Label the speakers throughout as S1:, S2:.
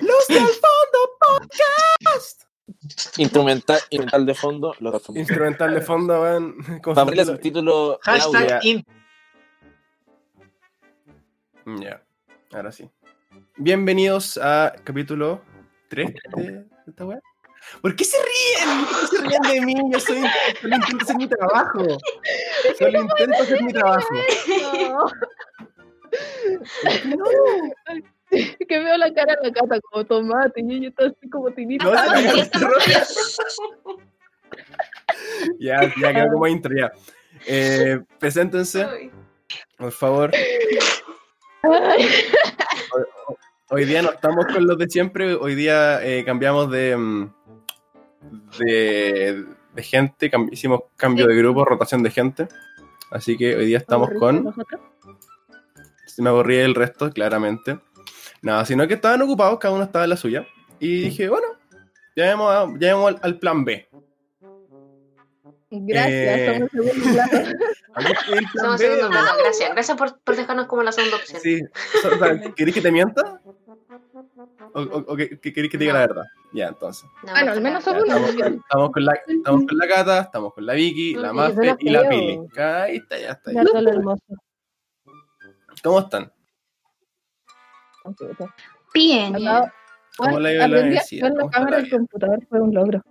S1: Luz del fondo podcast.
S2: Instrumental, instrumental de fondo. Los
S3: Instrumental de fondo, weón. Como
S2: Para abrir el
S3: si-
S2: subtítulo. el audio.
S3: ya.
S4: Hashtag in-
S3: Mm, Ya, ahora sí. Bienvenidos a capítulo 3 de esta weá. ¿Por qué se ríen? ¿Por qué se ríen de mí? Yo soy, solo intento hacer mi trabajo. Solo intento hacer mi trabajo.
S5: que veo la cara de la cata como tomate y yo estoy así como tinita.
S3: No, se me cortó. Ya, ya quedó como intro, ya. Eh, preséntense,
S6: Ay,
S3: por favor.
S5: Ay,
S3: Hoy día no estamos con los de siempre, hoy día eh, cambiamos de, mm, de, de gente, cam- hicimos cambio de grupo, rotación de gente. Así que hoy día estamos
S5: aburrido
S3: con...
S5: nosotros.
S3: Me aburrí del resto, claramente. Nada, sino que estaban ocupados, cada uno estaba en la suya. Y dije, bueno, ya vamos, al, al plan B.
S5: Gracias,
S3: Eh.
S5: somos segundo plano.
S3: Aquí estoy el plan
S6: Somos
S3: B,
S6: segundo
S3: weón.
S6: plano, gracias. Gracias por, por dejarnos como la segunda opción.
S3: Sí. O sea, ¿Querés que te mienta? ¿O, o- o que- que- querés que te diga la verdad? Ya, entonces.
S6: No,
S5: Bueno,
S6: no,
S5: al menos
S3: Ya,
S5: somos
S3: estamos, con, estamos con la, estamos con la Cata, estamos con la Vicky, la
S5: Sí,
S3: Mafe
S5: suena
S3: y la
S5: feo.
S3: Pili. Ahí está, ya está. ya.
S5: Dándole hermoso.
S3: ¿Cómo están?
S6: Bien.
S5: Andaba-
S3: ¿Cómo le
S5: Bueno,
S3: ha ido en la
S5: aprendí a
S3: universidad?
S5: activar la
S3: ¿Cómo está
S5: cámara
S3: la
S5: del
S3: vida?
S5: computador, fue un logro.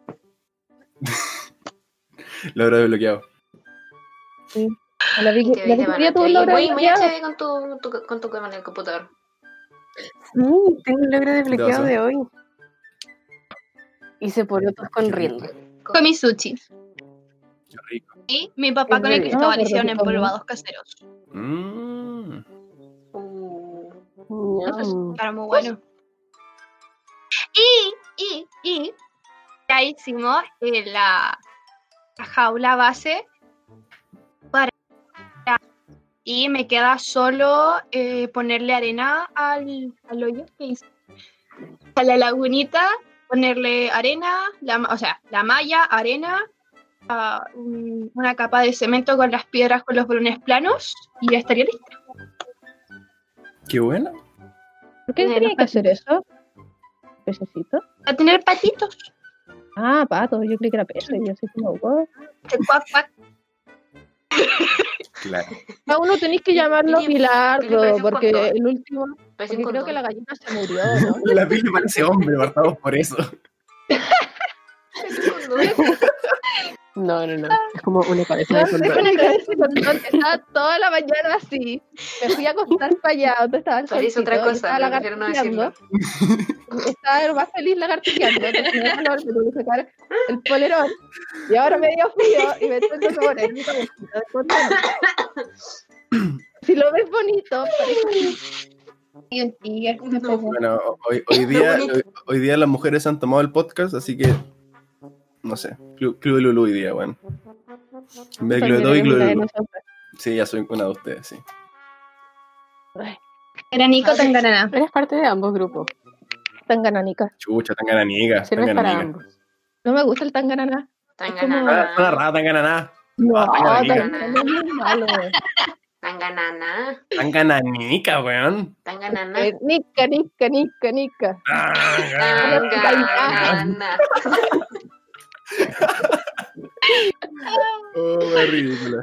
S3: Logro desbloqueado.
S5: A la Vicky,
S6: Te
S5: la
S6: vi, te
S5: Vicky
S6: van a-
S5: ya tuvo
S6: te
S5: un
S6: vi
S5: logro.
S6: Muy, muy
S5: desbloqueado.
S6: HD con tu, tu- con tu cámara en el computador.
S7: Mm, tengo un logro
S3: pasa?
S7: desbloqueado de hoy. Hice
S3: Ah,
S7: porotos con riendo.
S8: Comí sushi.
S3: Qué rico.
S8: Y mi papá con el
S7: Ah,
S8: Cristóbal hicieron
S5: perfecto.
S8: empolvados caseros.
S3: Mm.
S6: Uh,
S7: pues,
S8: Para muy bueno. Y, y, y, ya hicimos eh, la, la jaula base para... Y me queda solo eh, ponerle arena al, al hoyo que hice. A la lagunita, ponerle arena, la ma- o sea, la malla, arena, ah, un- una capa de cemento con las piedras, con los balones planos, y ya estaría listo.
S3: Qué buena.
S5: ¿Por qué tenía que hacer eso? ¿Pececito?
S8: A tener patitos.
S5: Ah, pato, yo creí que era pez. Y yo así como, wow.
S8: Cuac, cuac.
S3: Claro.
S5: A uno tenéis que llamarlo
S6: Miriam, ¿qué le
S5: Bilardo,
S6: parece un
S5: porque
S6: condón?
S5: el último.
S6: parece
S5: Porque
S6: un
S5: creo que
S6: condón.
S5: la gallina se murió, ¿no?
S3: La Pili parece hombre, partamos por eso.
S6: Parece un condón.
S7: No, no, no. Es como una cabeza de
S5: Estoy con
S7: soldado.
S5: el cabeza contón, estaba toda la mañana así. Me fui a acostar para allá, donde estaba el
S6: Parece otra
S5: solcito, y
S6: cosa,
S5: Estaba
S6: no prefiero no
S5: lagartijeando.
S6: decirlo.
S5: Estaba más feliz lagartijeando. Entonces me dio calor, me tuve que sacar el polerón. Y ahora me dio frío y me tengo que poner mi cabecita de condón. Si lo ves bonito, parece un tigre. una
S6: No.
S5: cosa.
S3: Bueno, hoy, hoy día, hoy, hoy día las mujeres han tomado el podcast, así que. No sé. Club, Club de Lulú hoy día, bueno. En vez de Club de Toby,
S5: También
S3: Club de
S5: una de
S3: Lulú.
S5: nosotras.
S3: Sí, ya soy una de ustedes, sí.
S8: Era Nico Tangarana.
S7: Eres parte de ambos grupos.
S5: Tangananica.
S3: Chucha, tan gananiga. Tan
S7: Sirves para
S3: gananiga.
S7: ambos.
S5: No me gusta el tangananá.
S3: Ah, suena
S6: Tanganana.
S3: rara, tan gananá.
S5: No,
S3: Ah,
S6: Tanganana.
S5: Tanganana es muy malo. eh.
S6: Tanganana.
S3: Tan gananica, weón.
S6: Tanganana.
S5: Eh, Nica, nica, nica, nica.
S6: Tanganana.
S3: Oh, qué ridícula.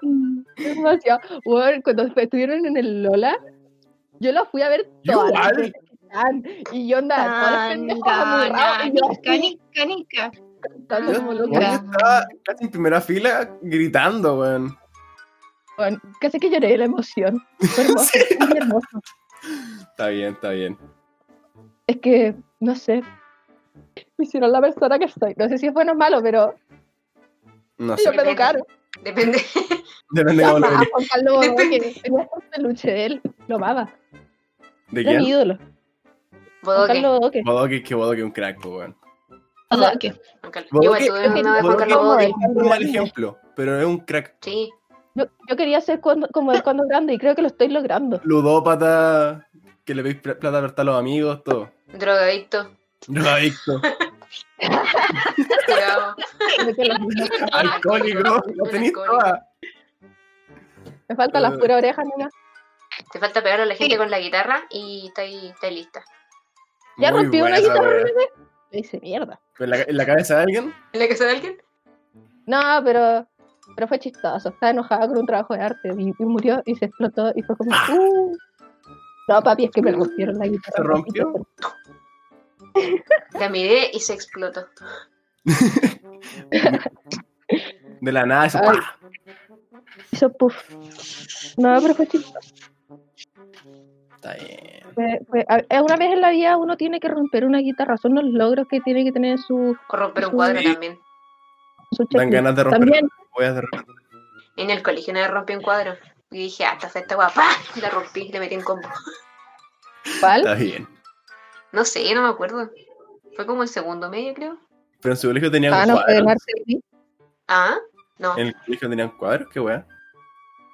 S5: Demasiado. Weón, cuando estuvieron en el Lola, yo la fui a ver
S3: Yo
S5: todas las
S3: igual.
S5: veces que están, Y yo andaba todas
S8: Ah,
S5: pendejas amurradas,
S8: Tangana,
S5: y yo
S8: Nica,
S5: así,
S8: Nica, Nica.
S5: tanto como
S3: Yo
S5: loca.
S3: estaba casi en primera fila gritando, weón.
S5: Weón, casi que lloré de la emoción. Fue hermoso, muy hermoso.
S3: Está bien, está bien.
S5: Es que, no sé. Me hicieron la persona que soy. No sé si es bueno o malo, pero
S3: No
S5: yo
S3: sé.
S5: me educaron.
S6: Depende.
S3: Depende de cómo lo
S5: Amaba
S3: veas.
S5: a Juan Carlos, weón, que tenía un peluche de él. Lo amaba.
S3: ¿De
S5: Era mi
S3: quién?
S5: ídolo. Juan
S6: Bodoque.
S5: Carlos Doque.
S3: Bodoque, que Bodoque un crack, pues, weón.
S8: Bodoque.
S6: Juan Carlos.
S3: Bodoque-
S6: Igual tuve una
S5: Ah,
S6: vez Juan
S3: Bodoque
S6: Carlos
S3: como
S6: Bodoque.
S3: es un mal ejemplo, pero es un crack
S6: Sí.
S5: Yo, yo quería ser cuando- como él cuando grande y creo que lo estoy logrando.
S3: ludópata, que le veis plata para a los amigos, todo.
S6: Drogadicto.
S3: Drogadicto,
S6: Curado.
S5: Creo que lo-
S3: alcohólico, lo tenéis toda.
S5: Me faltan las
S3: Eh.
S5: puras orejas, nena.
S6: Te falta pegar a la gente con la guitarra y está ahí, está ahí lista.
S5: Ya
S3: Muy
S5: rompí
S3: buena
S5: una
S3: esa
S5: guitarra,
S3: wea.
S5: nene. Me dice, mierda.
S3: ¿En la, en la cabeza de alguien?
S6: ¿En la casa de alguien?
S5: No, pero, pero fue chistoso. Estaba enojada con un trabajo de arte y, y murió y se explotó y fue como. "Uh". No, papi, es que me rompieron la guitarra.
S3: Ah. ¿Se rompió?
S6: La miré y se explotó.
S3: De la nada, eso,
S5: Ay.
S3: ¡pah!
S5: Hizo puff. No, pero fue chistoso.
S3: Está bien.
S5: Fue- fue- a- Una vez en la vida uno tiene que romper una guitarra. Son los logros que tiene que tener en su,
S6: O romper un cuadro
S3: Sí.
S6: también.
S5: su
S3: Dan
S5: checklist.
S3: ganas de romper.
S5: También,
S3: Voy a romper.
S6: En el colegio una vez rompí un cuadro. Y dije, ah, esta esta guapa. La rompí y le metí un combo.
S5: ¿cuál?
S3: Está bien.
S6: No sé, no me acuerdo. Fue como el segundo medio, creo.
S3: Pero en su colegio tenían
S5: Ah, no, fue
S3: cuadros.
S5: el arte de mí.
S6: Ah, no.
S3: en el colegio tenían cuadros, qué weá.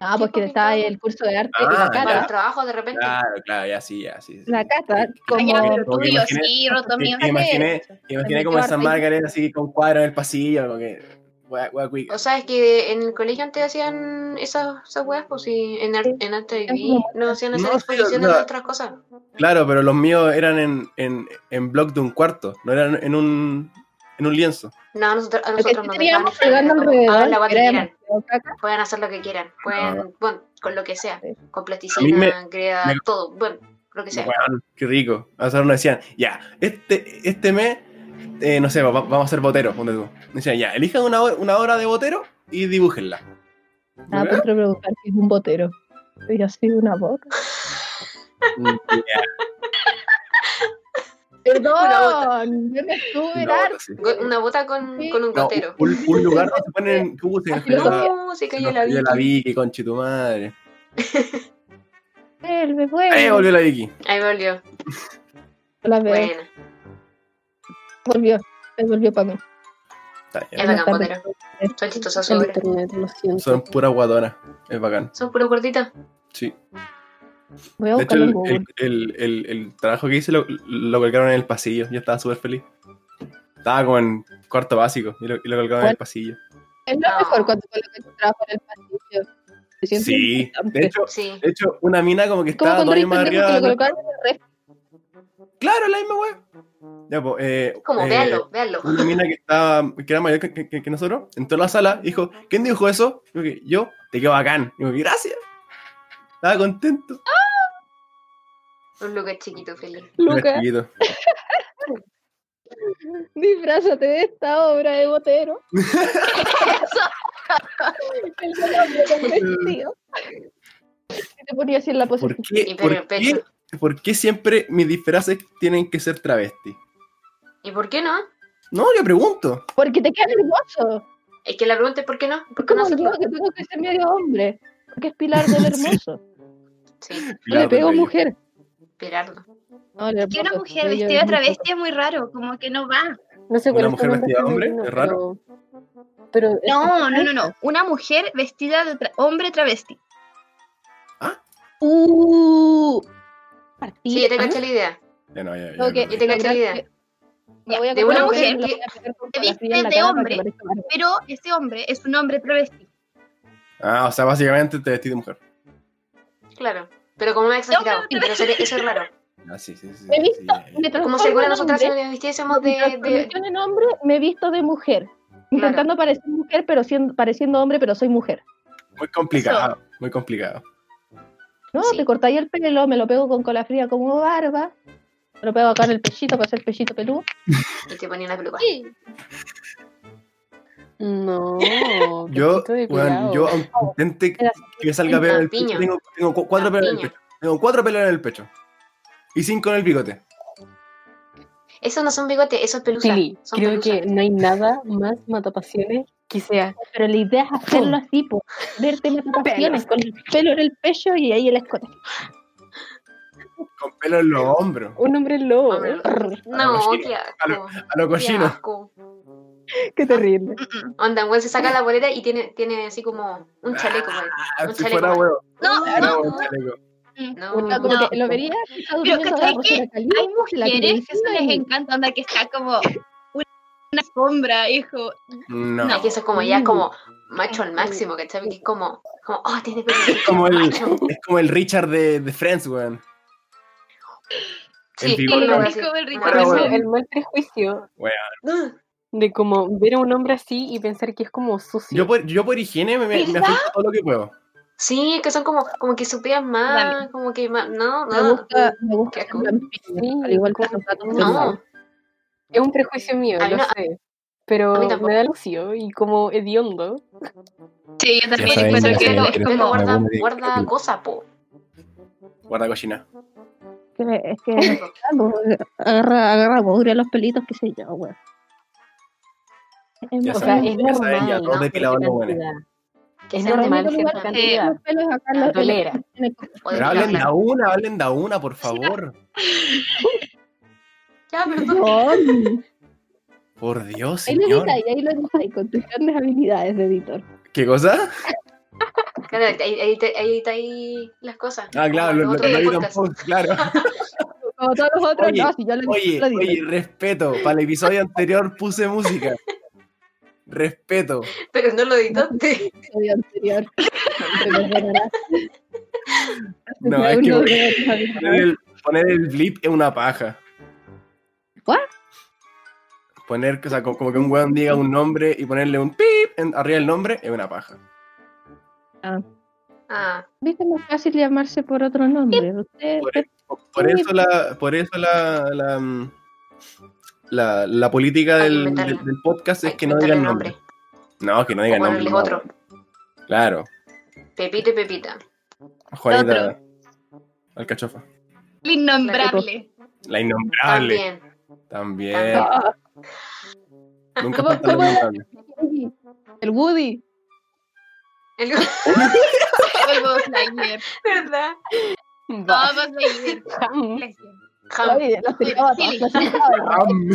S5: Ah, porque estaba el curso de arte
S3: Ah,
S5: la
S6: Para
S5: cara.
S6: los trabajos de repente.
S3: Claro, claro, ya sí, ya sí. sí.
S5: La cata,
S8: Ay,
S5: como.
S8: ya, pero
S3: Como que
S8: tuyo,
S3: imaginé-
S8: sí, roto
S3: Te-
S8: mío.
S3: te imaginé, te imaginé como en San
S5: Metió arte.
S3: Margaret así con cuadros en el pasillo, como que. Weá, weá, cuica.
S6: O sea, es que en el colegio antes hacían esas, esas weas, pues sí, en, ar- en arte
S5: es
S6: viví, no hacían hacer
S3: No, sí,
S6: exposiciones
S3: no.
S6: de otras cosas.
S3: Claro, pero los míos eran en, en, en block de un cuarto, no eran en un, en un lienzo.
S6: No, nosotros, a
S5: Porque
S6: nosotros no dejaban
S5: teníamos
S6: hacer nada,
S5: colgando
S6: como,
S5: alrededor.
S6: hagan la wea que
S5: era
S6: quieran,
S5: demasiado caca.
S6: pueden hacer lo que quieran, pueden, bueno, con lo que sea,
S3: A
S6: con
S3: mí
S6: plasticina,
S3: me-
S6: greda,
S3: me-
S6: todo, bueno, lo que sea.
S3: Weón, qué rico. O sea, nos decían, ya, este, este mes, eh, no sé, va- vamos a hacer boteros, ponte tú. Decían, ya, elijan una, hora- una hora de botero y dibújenla.
S5: Estaba por preguntar si es un botero. Y yo soy una bota. Perdón, yo me estuve en
S3: Una
S5: arte.
S3: bota, sí.
S6: Go- Una bota con,
S5: Sí.
S6: con un
S3: No,
S6: gotero.
S3: un, un lugar donde se ponen tubos en
S5: Pero-
S3: general.
S6: No, se
S3: Yo
S6: cayó la vida.
S3: la Vicky, conche tu madre.
S5: Vuelve,
S3: ¡Eh,
S5: vuelve.
S3: volvió la Vicky!
S6: Ahí volvió.
S5: La veo.
S6: Bueno,
S5: Volvió. Se volvió para mí.
S3: Está bien.
S6: es
S5: Buenas
S6: bacán,
S5: tardes.
S6: botero. Son chistosas
S7: El
S6: obras.
S7: internet, lo siento.
S3: Son puras guadonas. Es bacán.
S6: Son puro cortitas.
S3: Sí.
S5: Voy a
S3: De hecho,
S5: buscar en
S3: el,
S5: Google.
S3: el, el, el- el trabajo que hice lo, lo colgaron en el pasillo. Yo estaba súper feliz. Estaba como en cuarto básico y lo, y lo colgaron en el pasillo.
S5: Es lo
S6: No.
S5: mejor cuando colocan tu trabajo en el pasillo. Se siente
S3: Sí.
S5: importante.
S3: De hecho,
S6: Sí.
S3: de hecho, una mina como que
S5: Es como
S3: estaba todavía
S5: cuando eres
S3: más
S5: pendejo que
S3: arriba.
S5: lo
S3: de-
S5: colocaron en el refri.
S3: Claro, la misma weá. Ya, pues, eh,
S6: Como,
S3: eh,
S6: véanlo, véanlo.
S3: una mina que estaba, que era mayor que, que- que nosotros, entró a la sala, dijo, ¿quién dijo eso? Digo que yo, te quedo bacán. Digo que gracias. Estaba contento.
S6: Un lugar chiquito, feliz.
S3: Era
S5: Luca,
S3: chiquito.
S5: disfrázate de esta obra de botero. El nombre convencido. Y Te ponía así en la
S3: ¿Por
S5: posición.
S3: qué,
S6: Y pero
S3: por,
S6: el pecho.
S3: qué, por qué siempre mis disfraces tienen que ser travesti?
S6: ¿Y por qué no?
S3: No, yo pregunto.
S5: Porque te queda hermoso.
S6: Es que la pregunta es por qué no. ¿Por
S5: Es
S6: qué no
S5: como
S6: hacerlo?
S5: yo que tengo que ser medio hombre. Porque es Pilar del Hermoso.
S6: Sí,
S5: Yo le
S3: Pilar del
S5: pego
S3: Bello.
S5: mujer.
S6: pirarlo.
S5: No, el
S8: Que una
S5: hermoso,
S8: mujer
S5: bello,
S8: vestida de
S5: hermoso.
S8: travesti es muy raro, como que no va.
S7: No sé
S3: ¿Una
S7: cuál es
S3: mujer
S7: el nombre
S3: vestida de hombre?
S7: femenino,
S3: Es raro.
S7: Pero, pero-
S8: No, no, no, no. Una mujer vestida de tra- hombre travesti.
S5: Uh,
S6: Sí, ¿eh? yo te caché la idea.
S3: Ya no, ya, ya
S5: Ok,
S3: no.
S6: y te caché la idea.
S5: Me voy a
S6: De una
S5: comprar
S8: mujer
S5: me lo
S6: que
S5: voy a pegar con
S8: se
S5: la silla en la
S8: viste de
S5: cara para
S8: hombre.
S5: que parezca Barbie.
S8: Pero ese hombre es un hombre travesti.
S3: Ah, o sea, básicamente te vestí de mujer.
S6: Claro. Pero como me ha exagerado.
S8: No, pero-
S6: Pero eso eso es raro.
S3: Ah, sí, sí, sí.
S5: Me he
S3: sí,
S5: visto,
S3: ya, ya.
S5: me
S6: Como
S5: transformo
S6: si alguna
S5: en
S6: de nosotras
S5: hombre,
S6: se vistiésemos de,
S5: mi
S6: de-
S5: transformación en hombre, me he visto de mujer. Intentando parecer mujer, pero siendo, pareciendo hombre, pero soy mujer.
S3: Muy complicado, muy complicado.
S5: No,
S6: Sí.
S5: te cortáis el pelo, me lo pego con cola fría como barba. Me lo pego acá en el pechito para hacer pechito peludo.
S6: Y te ponía una peluca.
S7: No.
S3: Yo,
S7: poquito de
S3: bueno,
S7: cuidado.
S3: yo aunque intente
S7: Era
S3: que salga pelo en el
S6: Campiño.
S3: pecho, tengo, tengo cu- cuatro pelos en el
S6: Campiño.
S3: pecho. Tengo cuatro pelos en el pecho. Y cinco en el bigote.
S6: Esos no son bigotes, esos es pelusa.
S7: Pili,
S6: son
S7: creo
S6: pelusa.
S7: que no hay nada más matapasiones que sea
S5: Pero la idea es hacerlo así, pues, po, verte más pasiones, con el pelo en el pecho y ahí el escote.
S3: Con pelo en los hombros.
S5: uh,
S7: un hombre lobo.
S6: Hombre lobo.
S7: Prr,
S6: No,
S3: cochino.
S6: qué asco.
S3: A lo
S6: Qué
S3: cochino.
S6: asco.
S7: Qué terrible.
S8: Mm-mm.
S6: Onda, weón, se saca la bolera y tiene, tiene así como un chaleco, weón.
S3: Ah,
S6: Un
S3: si
S6: chaleco.
S3: fuera huevo.
S8: No,
S3: Era
S8: no.
S3: un chaleco.
S6: Ah, No,
S5: O sea, como
S8: No.
S5: que lo vería. está
S8: Pero
S5: durmiendo
S8: ¿cachai
S5: abajo,
S8: que
S5: se la calienta,
S8: Hay
S5: la
S8: mujeres que eso
S5: televisión
S8: les
S5: y-
S8: encanta, onda que está como una una sombra, hijo.
S3: No.
S6: Es que eso es como ya como macho al máximo, ¿cachai? Que es como, como, oh, tiene pelo.
S3: Es como el, es como el Richard de, de Friends, weón. El
S6: Sí,
S3: bigote.
S6: algo así.
S8: Hijo del rico.
S6: Pero Mm.
S7: Eso,
S3: bueno.
S7: el mal prejuicio
S3: Weón.
S7: de como ver a un hombre así y pensar que es como sucio.
S3: Yo por, yo por higiene me, me, me
S8: ¿Verdad?
S3: afecto todo lo que puedo.
S6: Sí, que son como, como que supieran más,
S8: Dale.
S6: como que más, no,
S5: Me
S6: no,
S5: gusta, me gusta
S6: Qué
S5: ser
S6: cool.
S5: lampiño,
S7: Sí,
S5: al igual que
S7: como-
S5: los gatos
S7: no.
S5: no.
S7: Es un prejuicio mío,
S6: Este, A mí
S7: lo
S6: no-
S7: sé. Pero
S6: a mí tampoco.
S7: me da lucio y como hediondo.
S8: Sí, yo también
S4: saben,
S8: encuentro
S4: ya
S8: que
S4: saben,
S8: es
S4: pero-
S6: Pero
S8: como.
S4: Me
S6: guarda,
S4: voy a-
S6: guarda cosas, po.
S3: Guarda cochina.
S5: Que me- Es que algo, agarra, agarra podre a los pelitos, qué sé yo, weón.
S3: Ya
S7: O sea,
S3: saben,
S7: es
S3: ya saben, ya
S7: normal.
S3: todos
S6: ¿no?
S3: depilados no huelen.
S7: cantidad.
S6: Que
S7: Es
S6: sean de
S7: normal
S6: mal
S7: siempre
S6: gente.
S8: Sí.
S7: cantidad.
S5: Los pelos acá, los-
S7: Tolera.
S5: en Eh, el-
S6: o de
S3: Pero
S6: pelo
S3: hablen de a
S6: blanco.
S3: una, hablen de a una, por favor.
S6: Ya, perdón.
S5: No,
S3: Por Dios,
S5: ahí lo
S3: señor.
S5: edita y ahí lo edita y con tus grandes habilidades de editor.
S3: ¿Qué cosa?
S6: Claro, ahí- ahí te- ahí está ahí las cosas.
S3: Ah, claro,
S6: Como
S3: lo, lo
S6: otro
S3: que no
S6: del
S3: vi
S6: podcast.
S3: tampoco, claro.
S5: Como todos los otros,
S3: Oye,
S5: no, si yo lo,
S3: Oye,
S5: lo edito.
S3: oye, respeto. Para el episodio anterior puse música. Respeto.
S6: Pero no lo editaste.
S5: episodio anterior. Te perdonarás.
S3: No,
S5: Fue
S3: es que
S5: uno
S3: poner
S5: de los habilidades.
S3: el, poner el blip es una paja.
S5: ¿What?
S3: Poner, o sea, co- como que un weón diga un nombre y ponerle un pip en- arriba del nombre es una paja.
S6: Ah,
S5: Viste, no es fácil llamarse por otro nombre. Usted,
S3: Por, e-, por eso la, por eso la, la, mm, la, la política
S6: Hay que
S3: del,
S6: inventarle-
S3: del- del podcast es
S6: hay
S3: que no
S6: inventarle
S3: digan
S6: nombre.
S3: nombre. No, que no
S6: O
S3: digan nombre.
S6: ponerles
S3: no.
S6: otro.
S3: Claro.
S6: Pepito y Pepita.
S3: Juanita. Alcachofa.
S8: El innombrable.
S3: La innombrable.
S6: También.
S3: También.
S5: Ah,
S3: Nunca
S5: ¿Cómo-
S3: falta la
S5: cómo era?
S3: innombrable.
S5: Woody. el Woody.
S6: El-
S8: El Buzz Lightyear.
S6: ¿Verdad?
S8: No,
S7: Va.
S8: Buzz Lightyear.
S5: Ah,
S7: Jam.
S6: Jam.
S5: Oye, los peleaba a todos, los peleaba.
S3: Am.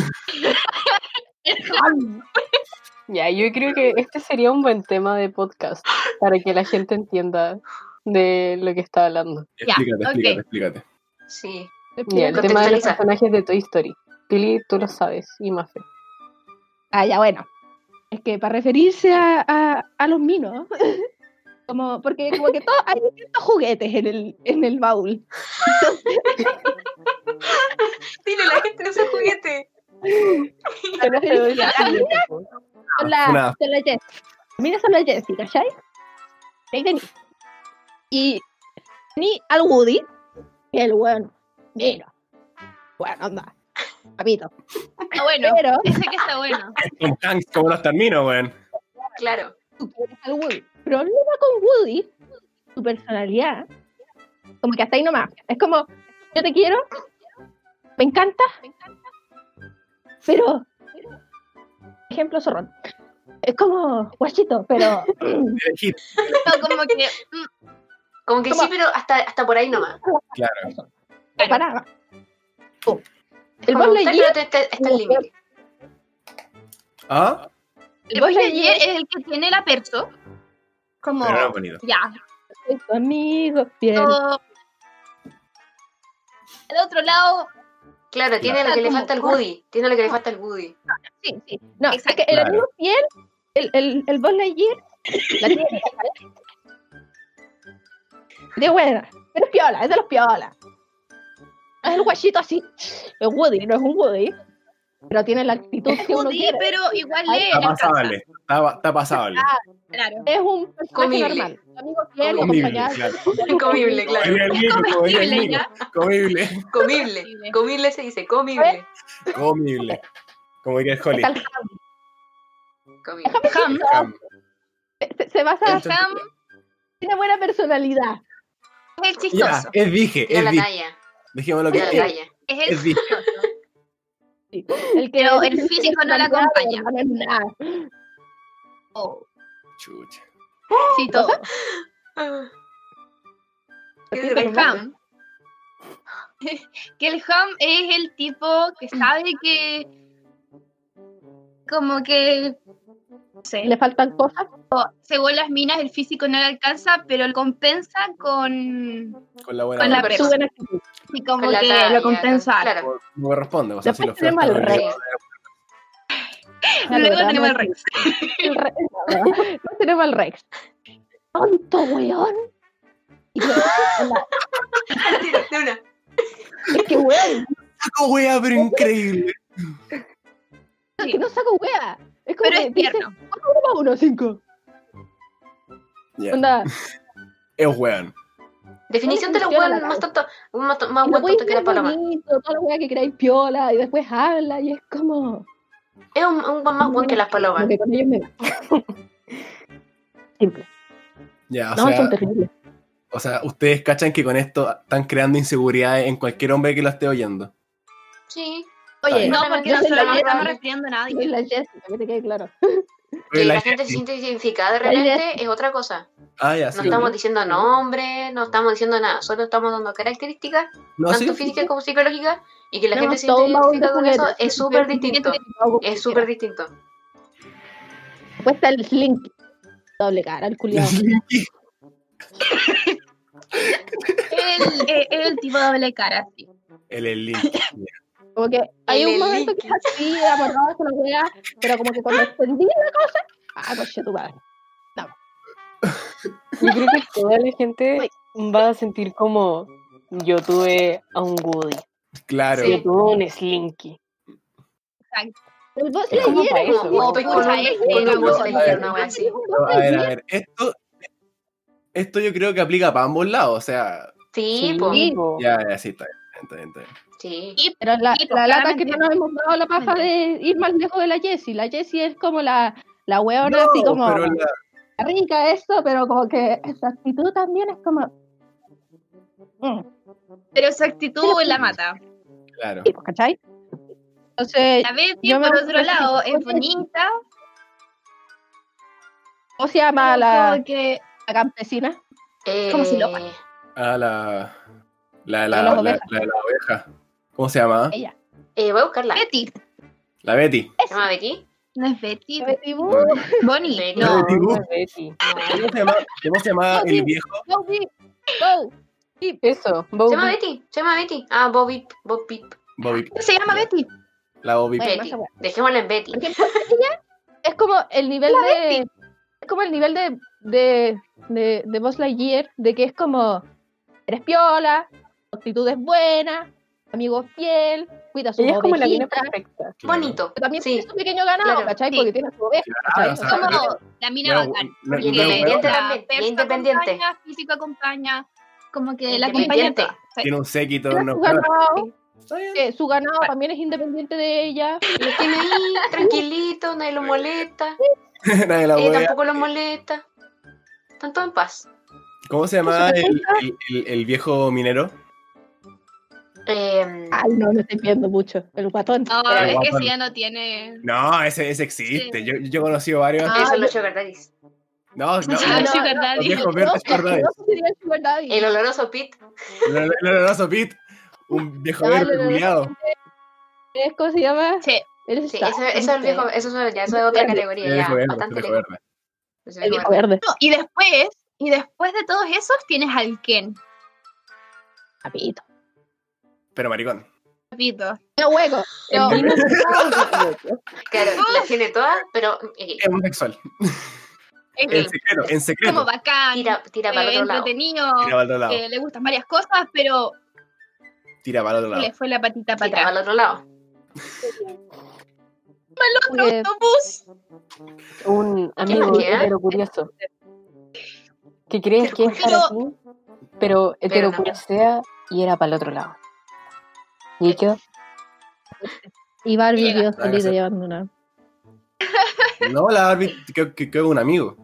S7: Ya, yo creo que este sería un buen tema de podcast para que la gente entienda de lo que está hablando.
S8: Ya,
S3: Explícate,
S8: ok.
S3: explícate, explícate.
S6: Sí.
S7: Ya, el tema de los
S6: Contextualiza.
S7: personajes de Toy Story. Pili, tú lo sabes, y Mafe.
S5: Ah, ya, bueno. Es que para referirse a, a, a los minos, como, porque como que todo, hay distintos juguetes en el, en el baúl.
S6: Dile a la gente no se juguete.
S7: Pero te doy la
S5: Ah,
S7: siguiente, po.
S5: Son la,
S3: Una-
S5: son la Jessie. Las minas son la Jessie, ¿cachai? Y ahí tení. Y ni al Woody, y el bueno, mira, bueno, anda, papito.
S8: Está bueno.
S5: Pero
S8: Dice que está bueno.
S3: Tom Hanks, ¿cómo los termino, weón?
S6: Claro.
S5: tú quieres al Woody. Problema con Woody, su personalidad, como que hasta ahí nomás. Es como, yo te quiero, me encanta, pero, ejemplo, zorrón. Es como, guachito, pero
S3: El hit,
S8: No, como que. mm,
S6: Como que
S5: Toma.
S6: sí, pero hasta, hasta por ahí nomás.
S3: Claro.
S5: parada. El
S6: Como
S5: Buzz
S6: tal,
S5: Lightyear-
S6: pero te- te- está el límite.
S3: ¿Ah?
S8: El Buzz Lightyear es el que tiene la perso. Como.
S3: Pero no lo he ponido.
S8: Ya.
S5: es tu amigo, fiel.
S8: todo- Al otro lado.
S6: Claro, tiene lo que le
S5: Ah, Como-
S6: falta al Woody. Tiene lo que le falta al Woody.
S5: Sí, sí. No, es
S8: Exacto.
S5: que el
S3: Claro.
S5: amigo fiel, el, el, el Buzz Lightyear, la tiene. ¿cachai? De buena. Pero es piola, es de los piola. Es el guachito así. Es Woody, no es un Woody. Pero tiene la actitud que uno
S8: Woody,
S5: quiere.
S8: pero igual
S5: Ay,
S8: le.
S3: Está
S8: le alcanza.
S3: pasable. Está, está pasable.
S8: Eh, Claro.
S5: Es un personaje
S6: Comible.
S5: normal. Un amigo fiel,
S3: Comible,
S5: acompañado.
S3: claro.
S6: Comible, claro.
S3: Comible, Nico, comible,
S8: Comible,
S3: Nico.
S8: ya.
S3: Comible.
S6: Comible.
S8: Comible.
S6: Comible se dice, comible.
S3: Comible. Como que es Holly.
S5: Está el-
S6: Comible.
S8: Ham.
S3: Cam.
S5: se, se basa,
S3: Entonces-
S8: Ham
S5: tiene buena personalidad.
S8: es el
S3: Ya,
S8: chistoso.
S3: es dije,
S6: Tira
S3: es
S6: la
S3: dije.
S6: talla.
S3: Dejémoslo que
S6: Tira la
S3: es.
S6: talla.
S8: Es el
S3: Es dije.
S5: El que
S8: Pero el físico no la acompaña.
S5: No es nada.
S8: oh,
S3: Chucha.
S8: Sí, todo.
S6: Ah. Qué
S5: Repito,
S6: divertido.
S8: Ham. Que el ham es el tipo que sabe que. Como que. No sé.
S5: Le faltan cosas.
S8: según las minas, el físico no le alcanza, pero lo compensa con.
S3: Con la buena.
S8: Con la
S3: mano.
S5: Su
S8: persona.
S5: buena actitud.
S8: Y como
S6: Con la
S8: que
S6: talla,
S8: lo compensa.
S6: Claro.
S3: Como corresponde. O sea,
S5: Después
S3: si lo
S5: tenemos
S3: oferta,
S5: al
S3: no le-
S6: rey.
S5: La
S8: Luego
S5: verdad,
S8: tenemos
S5: no
S8: el Rex.
S5: El re- No tenemos al Rex. ¡Tonto, weón! Y yo, hola,
S6: De una.
S5: es que weón,
S3: Saco ¡Ah, wea, pero increíble.
S5: es que no saco wea. Es como que
S8: Pero es
S5: te dicen,
S8: tierno.
S5: "Saca uno más uno, cinco.
S3: Ya.
S5: Onda,
S3: Es weón.
S6: Definición de los
S5: funciona
S6: weón
S5: la
S6: más
S5: cosa?
S6: tonto, un más, más
S5: y
S6: buen
S5: lo podéis
S6: tonto que la
S5: ver
S6: paloma.
S5: bonito, toda la wea que queráis piola, y después habla, y es como...
S6: Es un, un buen más buen que las palomas.
S5: Como que con ellos me va. Simple.
S3: Ya, o
S5: no, son
S3: sea,
S5: terribles.
S3: o sea, ustedes cachan que con esto están creando inseguridades en cualquier hombre que lo esté oyendo.
S6: Sí.
S3: Oye,
S8: No,
S5: Yo
S8: porque
S5: soy
S8: nosotros
S5: la
S8: no
S5: Jessica,
S8: estamos refiriendo a
S5: yo soy
S8: nadie.
S5: la Jessica, que te quede claro.
S6: Que
S3: Oye,
S6: la
S3: la-
S6: gente se siente identificada de
S5: La idea-
S6: repente es otra cosa.
S3: Ah, ya, sí.
S6: No
S3: ok.
S6: estamos diciendo nombres, no estamos diciendo nada, solo estamos dando características,
S3: No,
S6: tanto
S3: sí.
S6: físicas como psicológicas, y que la gente
S5: Tenemos
S6: se
S5: todo
S6: siente
S5: un baúl de
S6: identificada con eso
S5: juguetes,
S6: es
S5: yo
S6: súper
S5: soy
S6: distinto.
S5: identificado con
S6: Es súper distinto.
S5: Después está el Slink. Doble cara, el culiado.
S8: El, el, el eh, tipo de doble cara, sí.
S3: El Elín.
S5: Como que hay
S6: El
S5: un momento que es así, amarrado con la weá, pero como que
S8: Ah.
S5: cuando entendí la cosa, ah, coche tu madre.
S7: Yo creo que toda la gente
S5: Uy.
S7: va a sentir como yo tuve a un Woody,
S3: Claro.
S7: yo tuve a un Slinky.
S5: El boss
S7: Es como
S5: Lightyear
S7: para
S5: es
S7: eso,
S5: como
S7: ¿no?
S6: Ope con
S8: Escucha,
S6: un-
S8: es
S6: con
S3: una
S6: un voz
S3: cosa,
S6: ligera,
S3: a ver.
S6: una wea así.
S3: Pero, a ver, a ver. Esto, esto yo creo que aplica para ambos lados. O sea,
S6: Sí, po.
S7: Sí, po.
S3: ya, ya, sí, está bien. Está bien, está bien.
S6: Sí.
S5: Pero la,
S8: Sí, pues,
S5: la lata que
S8: claramente.
S5: no nos hemos dado la paja de ir más lejos de la Jessie. La Jessie es como la, la weona así
S3: No,
S5: como
S3: pero la-
S5: rica esto, pero como que su actitud también es como... Mm,
S8: Pero su actitud la mata.
S3: claro.
S5: sí, pues, ¿cachai? Entonces,
S8: La Betty,
S5: Yo me
S8: por
S5: acuerdo
S8: otro
S5: que
S8: lado,
S5: sí,
S8: es bonita.
S5: ¿cómo se llama
S8: pero
S5: la,
S8: como que-
S5: la campesina?
S6: Eh,
S5: como si lo-
S3: Ah, la. La de
S5: A
S3: la,
S5: las
S3: la-
S5: ovejas.
S3: la de la oveja. ¿Cómo se llama?
S5: Ella.
S6: eh, voy a buscarla. ¿Se
S8: Betty.
S3: La Betty.
S6: llama Betty?
S8: No es Betty.
S5: Betty Boo.
S8: Bonnie.
S6: Betty.
S7: No,
S3: Betty Boo.
S7: no es Betty.
S5: Ah,
S6: No.
S3: ¿Cómo se llama, cómo se llama
S5: No, sí.
S3: el viejo?
S5: Go, Bee, go.
S7: Eso,
S6: ¿Se
S7: Bobby.
S6: llama Betty? ¿Se llama Betty? Ah, Bobby, Bobby,
S3: Bobby.
S8: Se llama Betty.
S3: La Bobby.
S5: Bueno,
S6: Betty.
S5: esa wea.
S6: Dejémosla en Betty.
S5: Porque ella es como el nivel de. Es como el nivel de. de. de, de Buzz Lightyear, de que es como. Eres piola, tu actitud es buena, amigo fiel, cuida a su
S7: Ella es como la mina
S5: ovejita.
S7: perfecta.
S6: Bonito.
S5: Pero también
S6: Sí.
S5: tiene su pequeño ganado,
S6: Claro,
S5: ¿cachai?
S8: sí.
S5: Porque tiene su oveja, ¿cachai?
S3: Ah, o sea,
S5: O sea,
S8: Como
S3: Claro.
S8: la mina
S3: No,
S8: bacán.
S3: no,
S8: Porque
S3: no, no,
S8: la
S6: Independiente
S3: no.
S6: también,
S8: persa
S6: independiente.
S8: acompaña, físico acompaña. Como que la acompaña
S6: Independiente.
S8: toda. ¿cachai?
S3: Tiene un séquito.
S5: tiene
S3: no,
S5: su ganado,
S3: Está bien.
S5: que su ganado también es independiente de ella.
S6: Lo tiene ahí, tranquilito, nadie lo molesta.
S3: Nadie la
S6: Ella
S3: huevea.
S6: tampoco lo molesta. Están todos en paz.
S3: ¿Cómo se llama el, el- el- el viejo minero?
S6: Eh,
S5: Ay, no, no estoy viendo mucho. El guatón.
S8: No,
S6: Pero
S8: es que
S3: guapón.
S8: si ya no tiene.
S3: No, ese, ese existe.
S8: Sí.
S3: Yo, yo he conocido varios.
S6: esos son
S5: yo-
S6: los sugar daddies.
S3: No, no,
S8: No,
S3: no.
S5: no, no,
S8: Sugar
S3: Los
S8: Daddy.
S3: viejos verdes,
S5: No,
S3: ¿verdad?
S5: no sería el Sugar Daddy.
S6: El oloroso Pit.
S3: El olor- el oloroso Pit. Un viejo
S5: No,
S3: verde
S5: no, no, no.
S3: culiado.
S5: ¿Es cómo se llama?
S8: Sí.
S5: El
S6: Sí, eso, eso es el viejo, eso, es- ya eso es otra categoría,
S3: El
S6: ya,
S3: viejo verde. El
S6: bastante
S3: viejo
S6: lejos.
S3: verde.
S6: Ese
S5: El
S6: viejo
S5: viejo
S6: verde.
S5: verde.
S8: No, y después, y después de todos esos, tienes al Ken.
S5: Papito.
S3: Pero maricón.
S8: Papito.
S5: No hueco. No.
S3: El-
S6: Claro, las tiene todas, pero eh,
S3: Es homosexual.
S8: Es
S6: Sí.
S3: En secreto. En
S8: como
S3: secreto.
S8: bacán.
S6: tira, tira para
S8: eh,
S6: el otro lado.
S8: entretenido.
S3: Tira para el otro lado.
S8: eh, le gustan varias cosas, pero
S3: Tira para el otro lado.
S8: le fue la patita para
S6: Tira para
S8: atrás.
S6: el otro lado.
S8: Otro autobús.
S7: Un amigo
S6: manera?
S7: hetero curioso. ¿Qué crees que es para ti? Pero hetero
S6: no.
S7: curiosea y era para el otro lado. Y yo,
S5: Y Barbie
S8: Llega.
S5: quedó
S3: Nada que
S5: solita
S3: hacer.
S5: llevando una.
S3: No, la Barbie, creo que que es un amigo.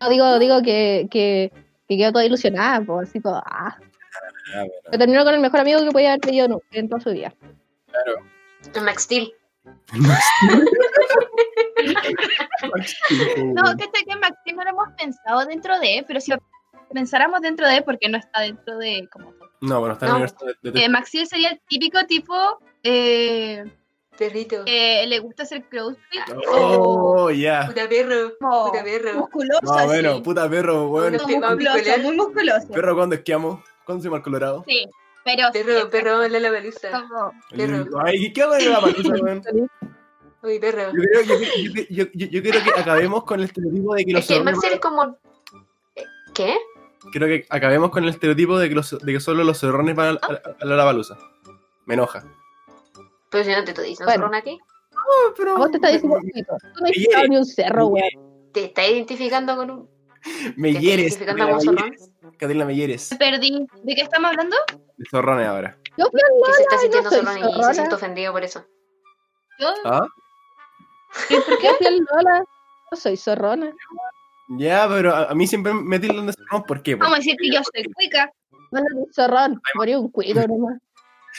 S5: No, digo, digo que, que, que quedó toda ilusionada, pues así como, ah.
S3: Ah,
S5: Pero terminó con el mejor amigo que podía haber pedido nunca en toda su vida.
S3: Claro.
S6: El Max Steel.
S8: No, cacha que Maxi no lo hemos pensado dentro de, pero si lo pensáramos dentro de, porque no está dentro de como
S3: No, bueno, está
S6: No.
S3: en el universo de- de-
S8: Eh, Maxi sería el típico tipo eh,
S6: Perrito.
S8: que le gusta hacer crossfit
S3: Oh, ya.
S6: Puta perro.
S8: como
S6: Puta perro.
S8: musculoso
S3: No, Ah, bueno,
S8: así.
S3: puta perro,
S8: Como
S3: bueno.
S6: Este va
S8: musculoso,
S6: bipolar.
S8: muy musculoso.
S3: Perro, ¿cuándo esquiamos? ¿Cuándo se va al Colorado?
S8: Sí. Pero sí,
S6: Perro, perro, la la
S8: es
S6: baliza.
S8: como-
S6: Perro.
S3: Ay, ¿qué onda de la paliza, weón?
S6: Uy, perro.
S3: Yo creo, yo, yo- yo- yo- yo creo que acabemos con el estereotipo de que los
S6: Es que el
S3: hombres.
S6: Maxel es como. eh, ¿Qué?
S3: Creo que acabemos con el estereotipo de que, los- de que solo los cerrones van a, a- a la baluza. Me enoja.
S6: Pero si Pues no te dicen,
S5: Bueno.
S6: zorrón aquí.
S5: A vos te está diciendo pico. Tú no has pisado ni un cerro, weón.
S6: ¿Te está identificando con un.
S3: Me
S6: te está
S3: hieres.
S6: identificando
S3: Catalina,
S6: como un
S3: me
S6: zorrón?
S3: hieres. Catalina, me hieres.
S8: Me perdí. ¿De qué estamos hablando?
S3: De zorrones ahora.
S5: Yo fui
S6: Que se está sintiendo
S5: soy
S6: zorrón y se
S5: zorrona.
S6: siente ofendido por eso.
S8: Yo
S3: ¿Ah?
S5: al yo fui al Lola. Yo soy zorrona.
S3: Ya, pero a, a mí siempre me tildan de zorrón. ¿Por qué? po?
S8: vamos a decir que yo soy cuica.
S5: No, no, soy zorrón. Morí un cuido nomás.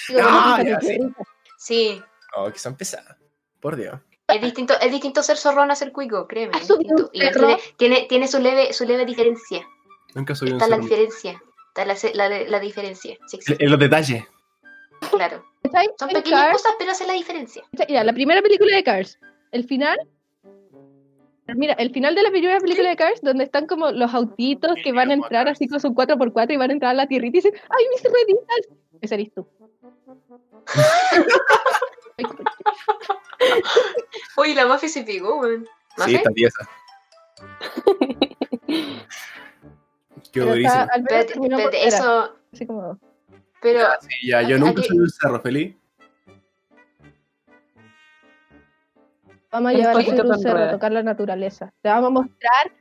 S5: Digo,
S3: Ah,
S5: no,
S3: ya,
S5: no,
S3: sí.
S5: no, no.
S6: Sí.
S3: Oh, que son pesadas. Por Dios.
S6: Es distinto, es distinto ser zorrón a ser cuico, créeme.
S5: ¿Has
S6: es
S5: subido
S6: distinto.
S5: un
S6: Igual
S5: cerro?
S6: tiene, tiene, tiene su leve, su leve diferencia.
S3: Nunca soy un
S6: Está la
S3: zorrón.
S6: diferencia. Está la, se- la, la diferencia. Sí,
S3: En
S6: existe,
S3: en los detalles.
S6: claro.
S5: Está ahí
S6: Son
S5: en
S6: pequeñas
S5: Cars.
S6: cosas, pero hace la diferencia.
S5: Esta- Mira, la primera película de Cars, el final. Mira, el final de la primera película de Cars, donde están como los autitos que van a entrar así con su 4x4 y van a entrar a la tierrita y dicen, ¡ay, mis rueditas! Ese eres tú.
S6: Oye, la mafia se pegó, weón.
S3: Sí,
S6: ¿Mafe?
S3: está tiesa. Qué
S5: Pero está-
S3: durísimo.
S5: al menos
S6: Espérate,
S5: terminó
S6: espérate,
S5: por fuera,
S6: eso.
S5: así como,
S6: Pero
S3: Sí, ya, yo
S6: aquí-
S3: nunca
S6: aquí-
S3: soy un cerro, feliz.
S5: vamos a
S7: Un
S5: llevar a
S7: poquito
S5: un
S7: con
S5: cerro a
S7: ruedas.
S5: tocar la naturaleza. Te vamos a mostrar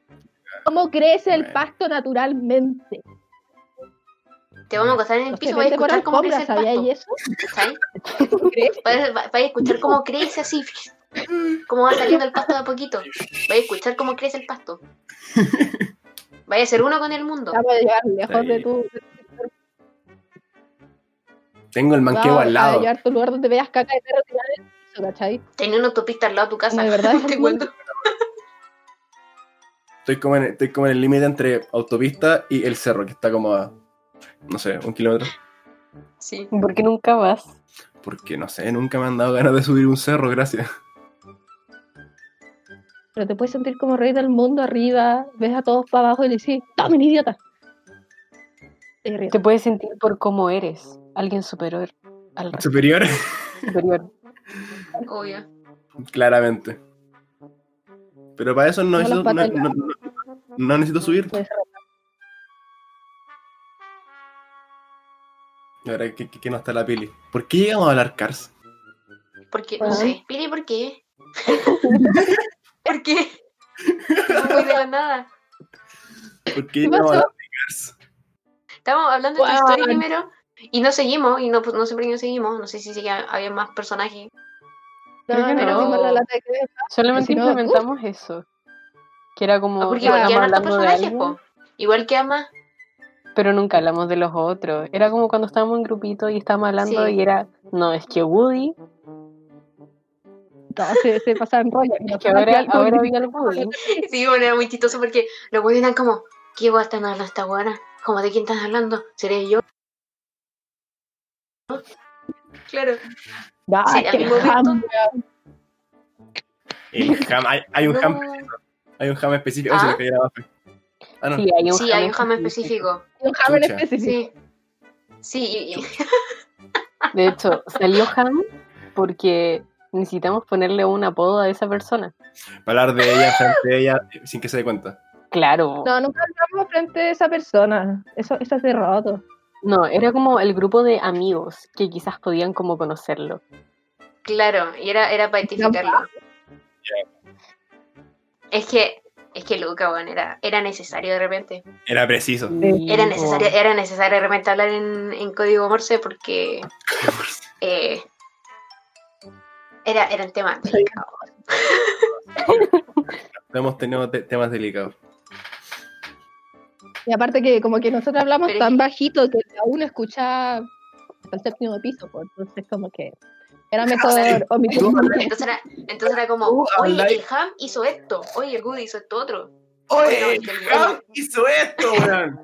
S5: cómo crece el
S3: Bueno.
S5: pasto naturalmente.
S6: te vamos a acostar en el
S5: Los
S6: piso,
S5: que
S6: vais a
S5: venden por
S6: escuchar cómo crece
S5: alfombras,
S6: el
S5: ¿sabíais
S6: pasto.
S5: eso?
S6: ¿Cachai?
S5: ¿Cómo crece?
S6: Vais vais- vais a escuchar cómo crece así. Cómo va saliendo el pasto de a poquito. Vais a escuchar cómo crece el pasto. Vais a ser uno con el mundo.
S5: Te Vamos a llevar lejos
S3: Sí.
S5: de tu...
S3: Tengo el manqueo
S5: vamos
S3: al
S5: A
S3: lado.
S5: llevar tu lugar donde veas caca de perro tirada en el piso, ¿cachai?
S6: Tenía una autopista al lado de tu casa.
S5: No, de verdad,
S6: te
S5: es
S6: cuento.
S3: Estoy como en, estoy como en el límite entre autopista y el cerro, que está como a, no sé, un kilómetro.
S6: Sí.
S7: ¿Por qué nunca vas?
S3: Porque, no sé, nunca me han dado ganas de subir un cerro, gracias.
S5: Pero te puedes sentir como rey del mundo arriba, ves a todos para abajo y le dices, ¡Tomen, idiota! Es
S7: Te
S5: idiota.
S7: puedes sentir por cómo eres. Alguien superior al resto,
S3: Superior,
S7: superior.
S6: Obvio.
S3: claramente. Pero para eso no,
S5: Tengo
S3: necesito,
S5: las
S3: no,
S5: patas al
S3: no- no- no necesito subir.
S5: Puedes
S3: Ahora que, que- que no está la pili. ¿Por qué llegamos a hablar Cars?
S6: Porque,
S5: Ah.
S6: no sé. Pili, ¿por qué? ¿Por qué? No voy de la nada.
S3: ¿Por qué
S5: ¿Qué
S3: llegamos a
S5: pasó?
S3: hablar de Cars?
S6: Estábamos hablando de tu
S5: Guau.
S6: historia primero. Y no seguimos, y no, pues, no siempre que no seguimos. No sé si seguía- había más personajes.
S7: Creo que
S5: No,
S7: no.
S5: no, no, la lata que-
S7: Solamente
S5: Si no,
S7: implementamos eso. Que era como
S6: Ah, porque igual
S5: estábamos
S6: quedan hartos
S7: hablando de
S6: personajes,
S7: alguien,
S6: po. Igual queda más.
S7: pero nunca hablamos de los otros. Era como cuando estábamos en grupito y estábamos hablando
S6: Sí.
S7: y era, no, es que Woody,
S5: no, se, se pasaban rollo.
S7: es que ahora, ahora vi al Woody.
S6: Sí, bueno, era muy chistoso porque los güeyes eran como, ¿qué guay están hablando esta guana? ¿Cómo de quién están hablando? ¿Seré yo? ¿No? Claro,
S5: No, ah,
S6: sí,
S5: qué
S6: al mismo
S5: jam.
S6: momento.
S3: El jam- hay, hay un jam,
S6: no.
S3: hay un jam específico. Ay, se
S6: ¿Ah?
S3: me cayó la bafe. Ah, no.
S7: Sí, hay un
S6: Sí, hay un
S7: jam
S6: jam específico.
S5: Un jam en
S3: Chucha.
S5: específico.
S6: Sí. Sí, y- y-
S7: De hecho, salió Ham porque necesitamos ponerle un apodo a esa persona.
S3: Para hablar de ella, frente a ella, sin que se dé cuenta.
S7: Claro.
S5: No, nunca hablamos frente de esa persona. Eso, eso es de roto.
S7: No, era como el grupo de amigos que quizás podían como conocerlo.
S6: claro, y era, era para identificarlo. Es que, es que Luca, bueno, era, era necesario de repente.
S3: Era preciso.
S7: Y,
S6: Era
S7: como,
S6: necesario, era necesario de repente hablar en, en código Morse porque eh, era, era el tema delicado.
S3: No hemos tenido te- temas delicados.
S5: Y aparte que como que nosotros hablamos
S6: Pero es
S5: tan
S6: que-
S5: bajito que aún escucha hasta el séptimo piso, pues, entonces como que era
S3: Sí.
S5: mejor omitir.
S3: Tú-
S6: Entonces era, entonces era como,
S3: Tú
S6: oye,
S3: habláis-
S6: el Ham hizo esto, oye, el Goody hizo esto otro. No,
S3: ¡Oye!
S6: el
S3: ¡Jam hizo esto, weón!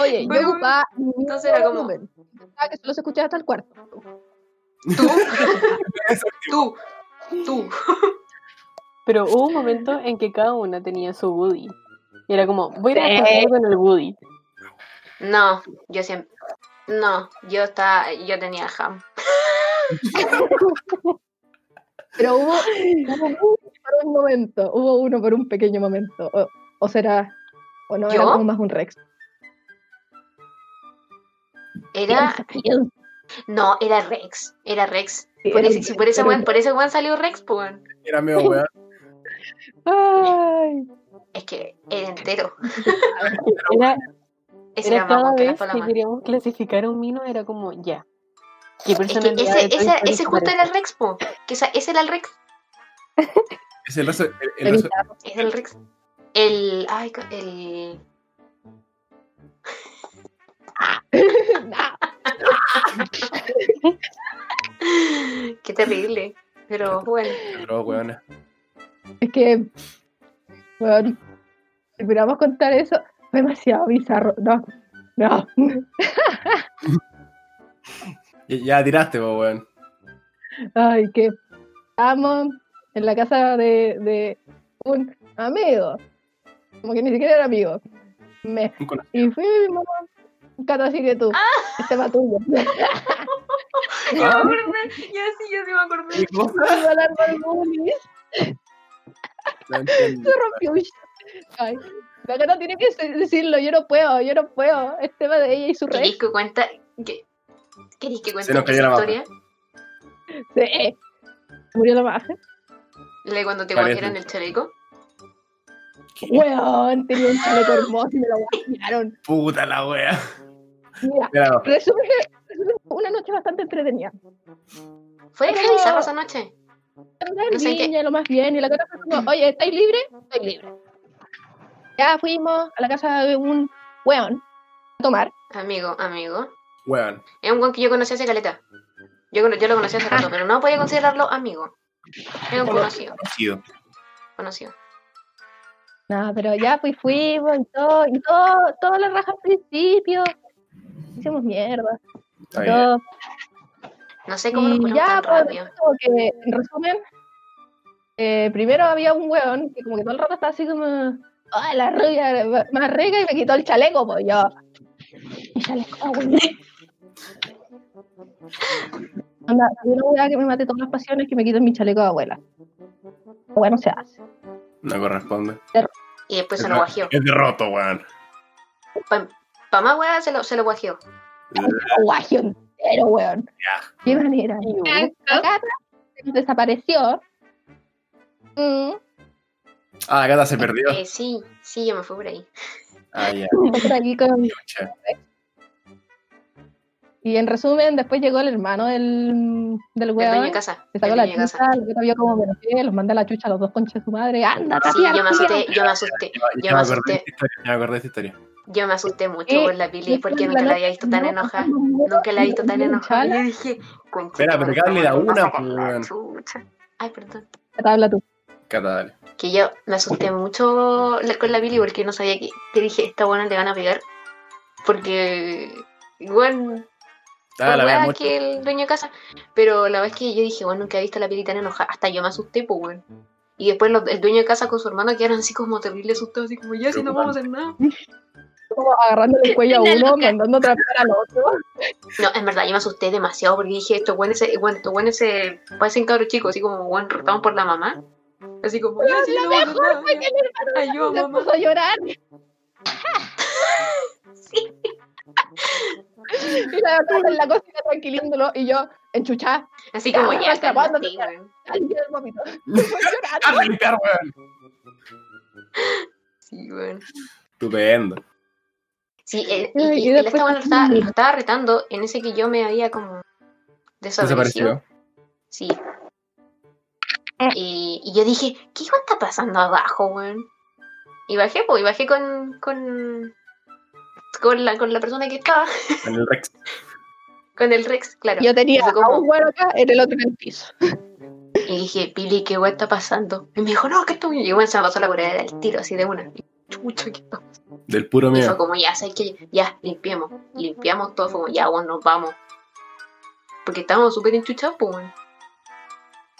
S5: Oye,
S6: Pero-
S5: yo ocupaba
S6: entonces era como-
S5: volumen. Pensaba que solo se escuchaba hasta el cuarto.
S6: Tú, tú, tú.
S7: Pero hubo un momento en que cada una tenía su Woody. Y era como, voy a ir a
S5: Sí.
S7: jugar con el Woody.
S6: No, yo siempre, No, yo estaba, yo tenía ham.
S5: Pero hubo, hubo uno por un momento, hubo uno por un pequeño momento. O, o será, o no, era
S6: ¿Yo?
S5: como más un Rex.
S6: Era,
S5: Piensa, piensa.
S6: no, era Rex, era Rex.
S5: Sí,
S6: Por
S5: era
S6: ese,
S5: un
S6: si
S5: Rex,
S6: por ese
S5: era
S6: weón,
S5: un
S6: por ese weón salió Rex, pues. weón.
S3: Era medio weón.
S7: Ay,
S6: Es que era entero.
S7: era,
S6: Ese
S7: era
S6: era más
S7: cada
S6: weón que la
S7: vez
S6: paloma.
S7: que queríamos clasificar a un mino, era como, ya. ¿Qué
S6: Es que
S7: personalidad
S6: ese,
S7: de Toy
S6: ese,
S7: Story
S6: ese
S7: se
S6: justo
S7: parece?
S6: era el Rex, po. Que esa- ese era el Rex.
S3: Es el oso. El, el oso-
S6: Es el Rex. El. Ay, co- el. Qué terrible. Pero bueno.
S3: Pero, weona.
S5: Es que, bueno, si pudiéramos contar eso, fue demasiado bizarro. No, no.
S3: Ya, ya tiraste, po, weón.
S5: Ay, que estábamos en la casa de, de un amigo. Como que ni siquiera era amigo. Me,
S3: Un conocido.
S5: y fuimos un gato así que tú. Este va tuyo.
S6: Yo me acordé. Ya sí, yo sí me acordé.
S3: ¿Qué cosa?
S5: Fuimos al árbol bully,
S3: No entiendo.
S5: rompió un Ay, la gata tiene que se- decirlo, yo no puedo, yo no puedo. Es tema de ella y su rey.
S6: ¿Queréis que cuenta? que- ¿Queréis que cuente
S3: nos
S6: esa
S3: cayó la
S6: historia?
S5: Sí. Murió la magia.
S6: La de cuando te
S3: Parece.
S6: guajearon el chaleco.
S5: Weón, tenía un chaleco hermoso y me lo guardaron.
S3: Puta la wea.
S5: Mira,
S3: Mira, no.
S5: resumen que- resumen que fue una noche bastante entretenida.
S6: ¿Fue
S5: Pero-
S6: Javi Sarro esa noche? No
S5: La
S6: sé qué-
S5: niña, lo más bien, y la gata fue como, oye, ¿estáis libre? Estoy libre. Ya fuimos a la casa de un weón a tomar.
S6: Amigo, amigo.
S3: Weón.
S6: Es un weón que yo conocí hace caleta. Yo, cono- yo lo conocí hace rato, pero no podía considerarlo amigo. Es un conocido,
S3: Conocido.
S6: conocido.
S5: No, pero ya pues fuimos y todo, y todo, toda la raja al principio. Hicimos mierda.
S3: Está bien.
S5: todo.
S6: No sé cómo nos
S5: Y
S6: ponemos
S5: ya,
S6: tan
S5: pues,
S6: rápido.
S5: como que, en resumen, eh, primero había un weón que como que todo el rato estaba así como, ¡ay, la rubia más rica! Y me quitó el chaleco, pues yo. Mi chaleco, ah, weón. Anda, soy una weá que me mate todas las pasiones que me quiten mi chaleco de abuela. Bueno, se hace.
S3: No corresponde.
S6: Y después
S3: Es
S6: se lo
S3: ra-
S6: guajeó.
S3: Es de roto, weón.
S6: Pa, pa más weá se lo, se lo guajeó.
S5: Guaje entero, weón. Qué manera.
S8: Ay,
S5: La gata desapareció. Mm,
S3: Ah, la gata se perdió.
S6: Eh, sí, sí, yo me fui por ahí.
S3: Ah, ya.
S5: está por aquí con,
S3: Chucha.
S5: Y en resumen, después llegó el hermano del, del
S6: Del dueño
S5: weón.
S6: de casa.
S5: Se
S6: del
S5: sacó la
S6: dueño de
S5: chucha,
S6: casa.
S5: la gata vio como me lo fue, los mandé a la chucha a los dos conches de su madre. Anda,
S6: Ah, Sí,
S5: rápida,
S6: yo me
S5: rápida.
S6: asusté, yo me asusté.
S3: Ya
S6: Yo
S3: me
S6: me
S3: acordé de
S6: asusté,
S3: esta historia. Ya me acordé de esta historia.
S6: yo me asusté mucho
S5: Eh,
S6: por la Pili porque nunca la había visto tan enojada. Nunca la he visto tan enojada. Yo dije, concha.
S3: Espera, pero que hable la una, pues, weón.
S6: Ay, perdón.
S5: Tabla tú.
S3: Cata, dale.
S6: que yo me asusté mucho la- con la Billy porque no sabía que, que dije, esta buena le van a pegar. Porque, bueno,
S3: Ah, la wea
S6: weá
S3: mucho.
S6: que el dueño de casa. Pero la vez que yo dije, bueno, nunca he visto a la Billy tan enojada, hasta yo me asusté, pues, bueno. Y después los- el dueño de casa con su hermano quedaron así como terrible asustados, así como, ya, si no vamos a hacer nada.
S5: Como agarrándole el cuello a
S8: Una
S5: uno,
S8: loca.
S5: mandando otra vez al otro.
S6: No, en verdad, yo me asusté demasiado porque dije, estos buenos, se- bueno, estos buenos se parecen cabros chicos, así como, bueno, rotaban por la mamá. Así como, ya, si no vamos a hacer nada.
S5: Fue que el
S6: ya.
S5: hermano
S6: Ayuda,
S5: se
S6: mamá.
S5: puso a llorar.
S6: Sí.
S5: Y la gata en la cocina tranquilizándolo y yo, enchuchá,
S6: Así como,
S5: Ya,
S6: ya, está
S5: atrapando,
S6: sí,
S5: atrapando.
S6: weón.
S5: al día del vómito. Fue
S3: Ah,
S5: llorando.
S3: de limpiar, weón.
S6: Sí, weón.
S3: Estupendo.
S6: Sí, él,
S5: Ay,
S6: y-
S5: y
S6: y él
S5: después
S6: estaba, lo,
S5: te
S6: estaba,
S5: atiende.
S6: lo estaba retando en ese que yo me había como
S3: Desapareció.
S6: desaparecido. Sí. Y, y yo dije, ¿qué hijo está pasando abajo, weón? Y bajé, pues, y bajé con, con, con, la, con la persona que estaba,
S3: En el Rex.
S6: con el Rex, claro.
S5: Yo tenía
S6: Fue como-
S5: a un güero acá, en el otro en el piso.
S6: Y dije, Pili, ¿qué weón está pasando? Y me dijo, no, que esto... Y bueno, se me pasó la correa del tiro, así de una. Y, Chucha, ¿qué pasó?
S3: Del puro
S6: Y fue
S3: mío.
S6: como, ya, ¿sabes que Ya, limpiemos. Limpiamos todo, fue como, ya, bueno, nos vamos. Porque estábamos súper enchuchados, pues, weón.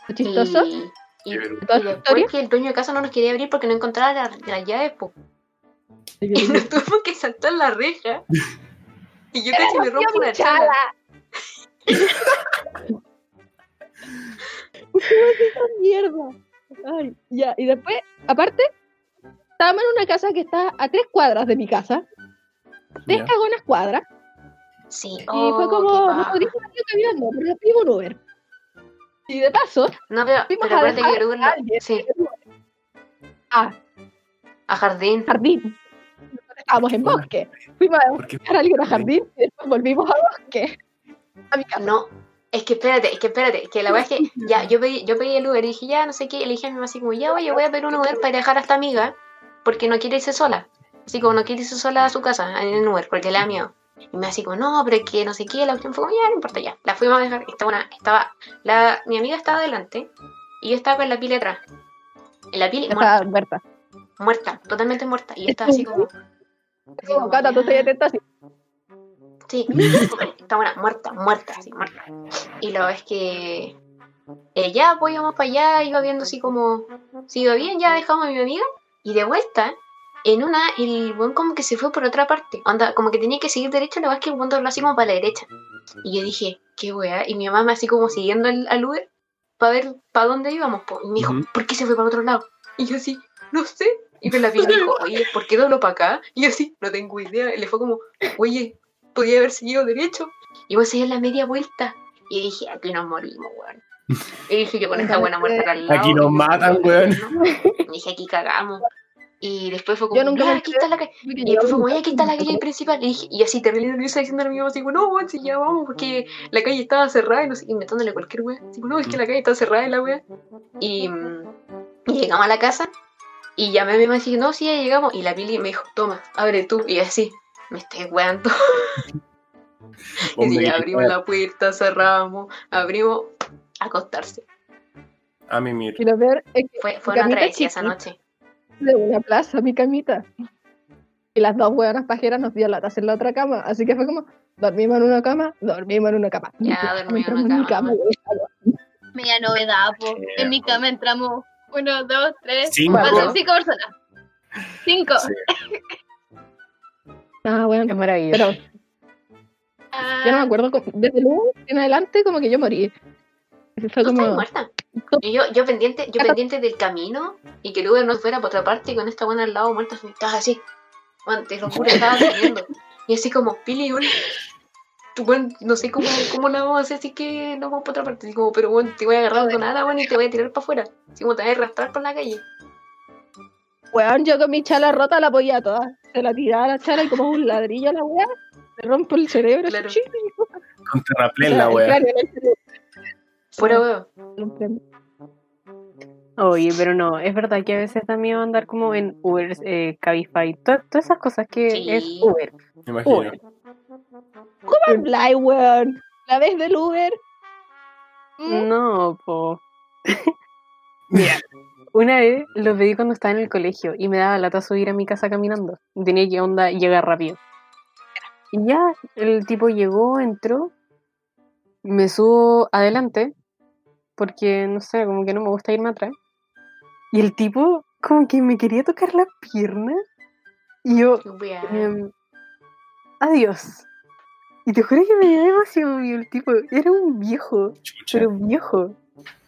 S5: Lo chistoso.
S6: Y, y-
S3: Pero-
S5: de toda esta
S6: y después
S5: historia.
S6: que el dueño de casa no nos quería abrir porque no encontraba la- las llaves, po.
S5: Y yo
S6: pues. Y
S5: dije,
S6: nos tuvo que saltar la reja. Y yo casi me rompo una chala.
S8: Chala.
S5: mierda. Ay, ya, y después, aparte, estábamos en una casa que está a tres cuadras de mi casa, tres
S3: Ya.
S5: cagonas cuadras,
S6: Sí.
S5: y fue
S6: oh,
S5: como,
S6: qué
S5: no
S6: paja.
S5: podía salir caminando, pero le pedimos un Uber. Y de paso,
S6: No, pero,
S5: fuimos
S6: pero
S5: a
S6: acuérdate
S5: dejar
S6: que Uber
S5: a
S6: no-
S5: alguien
S6: Sí,
S5: a
S6: a jardín.
S5: jardín. Nosotros Estábamos en bosque, fuimos a
S3: Porque
S5: dejar a alguien a jardín y después volvimos a bosque, a mi casa.
S6: No, es que espérate, es que espérate, es que la verdad es que ya, yo pedí, yo pedí el Uber y dije, ya, no sé qué, y le dije a mi mamá así como, ya, oye, voy a pedir un Uber para dejar a esta amiga, porque no quiere irse sola. Así como no quiere irse sola a su casa en el Uber, porque le da miedo. Y me así como, no, pero es que no sé qué, la opción fue como, ya, no importa, ya. La fuimos a dejar, estaba una, estaba, la, mi amiga estaba adelante y yo estaba con la pila atrás. La pila muerta,
S5: Estaba Berta.
S6: muerta, totalmente muerta. Y yo estaba así como, así
S5: Como, Cata, tú
S6: "Ya".
S5: estás atenta, así.
S6: Sí, está buena, muerta, muerta, sí, muerta. Y la vez que eh, ya pues íbamos para allá, iba viendo así como si iba bien, ya dejamos a mi amiga. Y de vuelta, en una, el buen como que se fue por otra parte. Onda, como que tenía que seguir derecho, la vez que el buen dobló así como para la derecha. Y yo dije, qué weá. Y mi mamá me así como siguiendo al, al Uber para ver para dónde íbamos. po. Y me dijo,
S3: Ujú.
S6: ¿por qué se fue para otro lado? Y yo así, no sé. Y me la vi, dijo, oye, ¿por qué dobló para acá? Y yo así, no tengo idea. Y le fue como, oye, podía haber seguido derecho. Y vos seguí en la media vuelta. Y dije, aquí nos morimos, weón. Y dije, yo con esta buena muerte acá al lado.
S3: Aquí nos matan, weón.
S6: Y dije, aquí cagamos. Y después fue como,
S5: Yo nunca
S6: "Ya,
S5: me
S6: aquí está la calle.
S5: Porque
S6: Y después fue
S5: llegamos
S6: como, "Ya, aquí está la calle principal. Y, dije, y así terrible nerviosa diciendo a mi mamá, así como, no, weón, si ya vamos, porque la calle estaba cerrada y no sé, inventándole cualquier weón. Así como, no, es que la calle está cerrada y la weón. Y, mm, y llegamos a la casa y llamé a mi mamá y dije, no, sí, ya llegamos. Y la Pili me dijo, toma, abre tú. Y yo así, me estoy weando. Y
S3: hombre,
S6: sí,
S3: que-
S6: abrimos la puerta, cerramos, abrimos, acostarse.
S3: A mimir.
S5: Y lo peor es que
S6: Fue, fue
S5: mi
S6: una
S5: camita
S6: travesía esa
S5: chiquita.
S6: noche.
S5: de una plaza mi camita. Y las dos hueonas pajeras nos dio latas en la otra cama. Así que fue como, dormimos en una cama, dormimos en una cama.
S6: Ya, dormimos en una
S5: Entramos
S6: cama.
S5: mi cama.
S8: Media novedad, po. En mi cama entramos uno, dos, tres,
S3: Cinco.
S8: cuatro, cinco personas. Cinco.
S3: Sí.
S5: Ah,
S7: Es
S5: bueno.
S7: maravilloso.
S5: Pero
S8: Ah,
S5: yo no me acuerdo, cómo- desde luego en adelante como que yo morí. Así Fue
S6: ¿Tú estás
S5: como,
S6: muerta? Y yo, yo pendiente, yo pendiente del camino y que el Uber no fuera para otra parte y con esta buena al lado muerta, así, estás así. Man, te lo juro, estaba durmiendo. Y así como, Pili, bueno, tú, bueno, no sé cómo, cómo la vamos a hacer, así que nos vamos para otra parte. Así como, pero bueno, te voy a agarrar con nada, bueno, y te voy a tirar para afuera. Así como te voy a arrastrar por la calle.
S5: weón, yo con mi chala rota la apoyaba toda. Se la tiraba a la chala y como un ladrillo a la weá, le rompo el cerebro.
S6: Claro.
S5: ching,
S3: Con terraplén la wea.
S5: claro, en el cerebro,
S6: Fuera, huevo.
S5: comprendo.
S7: Oye, pero no, es verdad que a veces da miedo andar como en Uber, eh, Cabify, to- todas esas cosas que
S6: Sí.
S7: es Uber.
S3: Me imagino.
S7: Uber.
S5: Fly, weón. La vez del Uber. Mm.
S7: No, po. Mira, una vez lo pedí cuando estaba en el colegio y me daba lata subir a mi casa caminando. Tenía que onda llegar rápido. Y ya, el tipo llegó, entró, me subo adelante, porque no sé, como que no me gusta irme atrás. Y el tipo, como que me quería tocar la pierna. Y yo,
S6: Wea.
S7: Em, adiós. Y te juro que me dio demasiado miedo el tipo. Era un viejo,
S3: Chucha.
S7: pero viejo.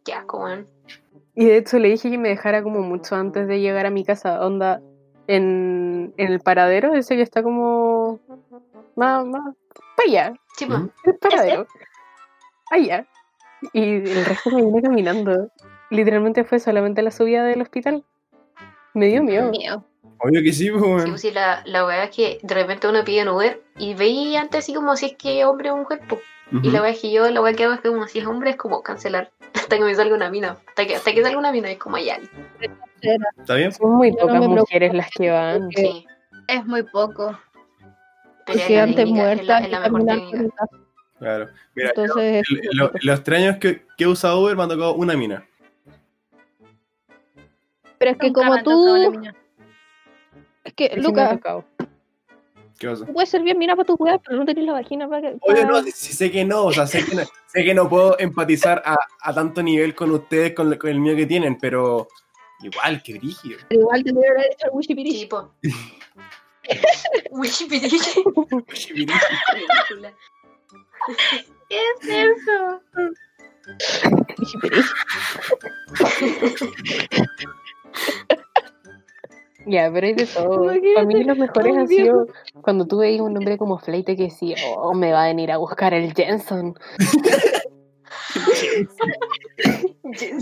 S6: Qué asco, weón.
S7: Y de hecho le dije que me dejara como mucho antes de llegar a mi casa. Onda, en, en el paradero, ese que está como. Más, más. Para allá,
S6: Sí, pues.
S7: el paradero. Allá. Y el resto me vine caminando. Literalmente fue solamente la subida del hospital. Me dio miedo.
S8: miedo.
S3: Obvio que sí, pues,
S6: Sí,
S3: weón.
S6: pues sí, la, la weá es que de repente uno pide un Uber y veía antes así como si es que hombre o mujer, po. Y la weá es que yo, la weá que hago es que como si es hombre es como cancelar hasta que me salga una mina. Hasta que, hasta que salga una mina es como ya.
S3: ¿Está bien?
S7: Son muy
S5: Yo no
S7: pocas
S5: me preocupo.
S7: mujeres las que van.
S5: Eh,
S6: Sí.
S8: Es muy poco.
S6: Pero es
S5: que
S6: la
S5: antes
S6: técnica, es la,
S5: muerta
S6: es la
S5: y
S6: mejor
S5: terminar
S6: técnica.
S5: con el-
S3: Claro. Mira,
S5: Entonces,
S3: el- lo- los tres años que, que he usado Uber me ha tocado una mina.
S5: pero es que
S8: Nunca me
S5: como
S8: han tocado la
S5: tú,
S8: mina.
S5: es que
S7: Sí me ha
S5: Lucas,
S7: tocado.
S3: ¿Qué pasa?
S5: tú puedes ser bien mira para tus weas, pero no tenés la vagina para que.
S3: Obvio, no,
S6: Ah.
S5: para-
S3: si, si sé que no, o sea, sé que no, sé que no puedo empatizar a, a tanto nivel con ustedes, con, lo- con el mío que tienen, pero igual, qué brígido.
S5: Pero igual te hubiera hecho el wishi
S6: Sí, po. Wishibirishi. Ridícula.
S8: ¿Qué es
S5: Mm.
S8: eso?
S7: Ya, pero hay de todo.
S5: Imagínate,
S7: Para mí los mejores
S5: todo
S7: han sido cuando tú veías un hombre como Fleite que decía, oh, me va a venir a buscar el Jensen.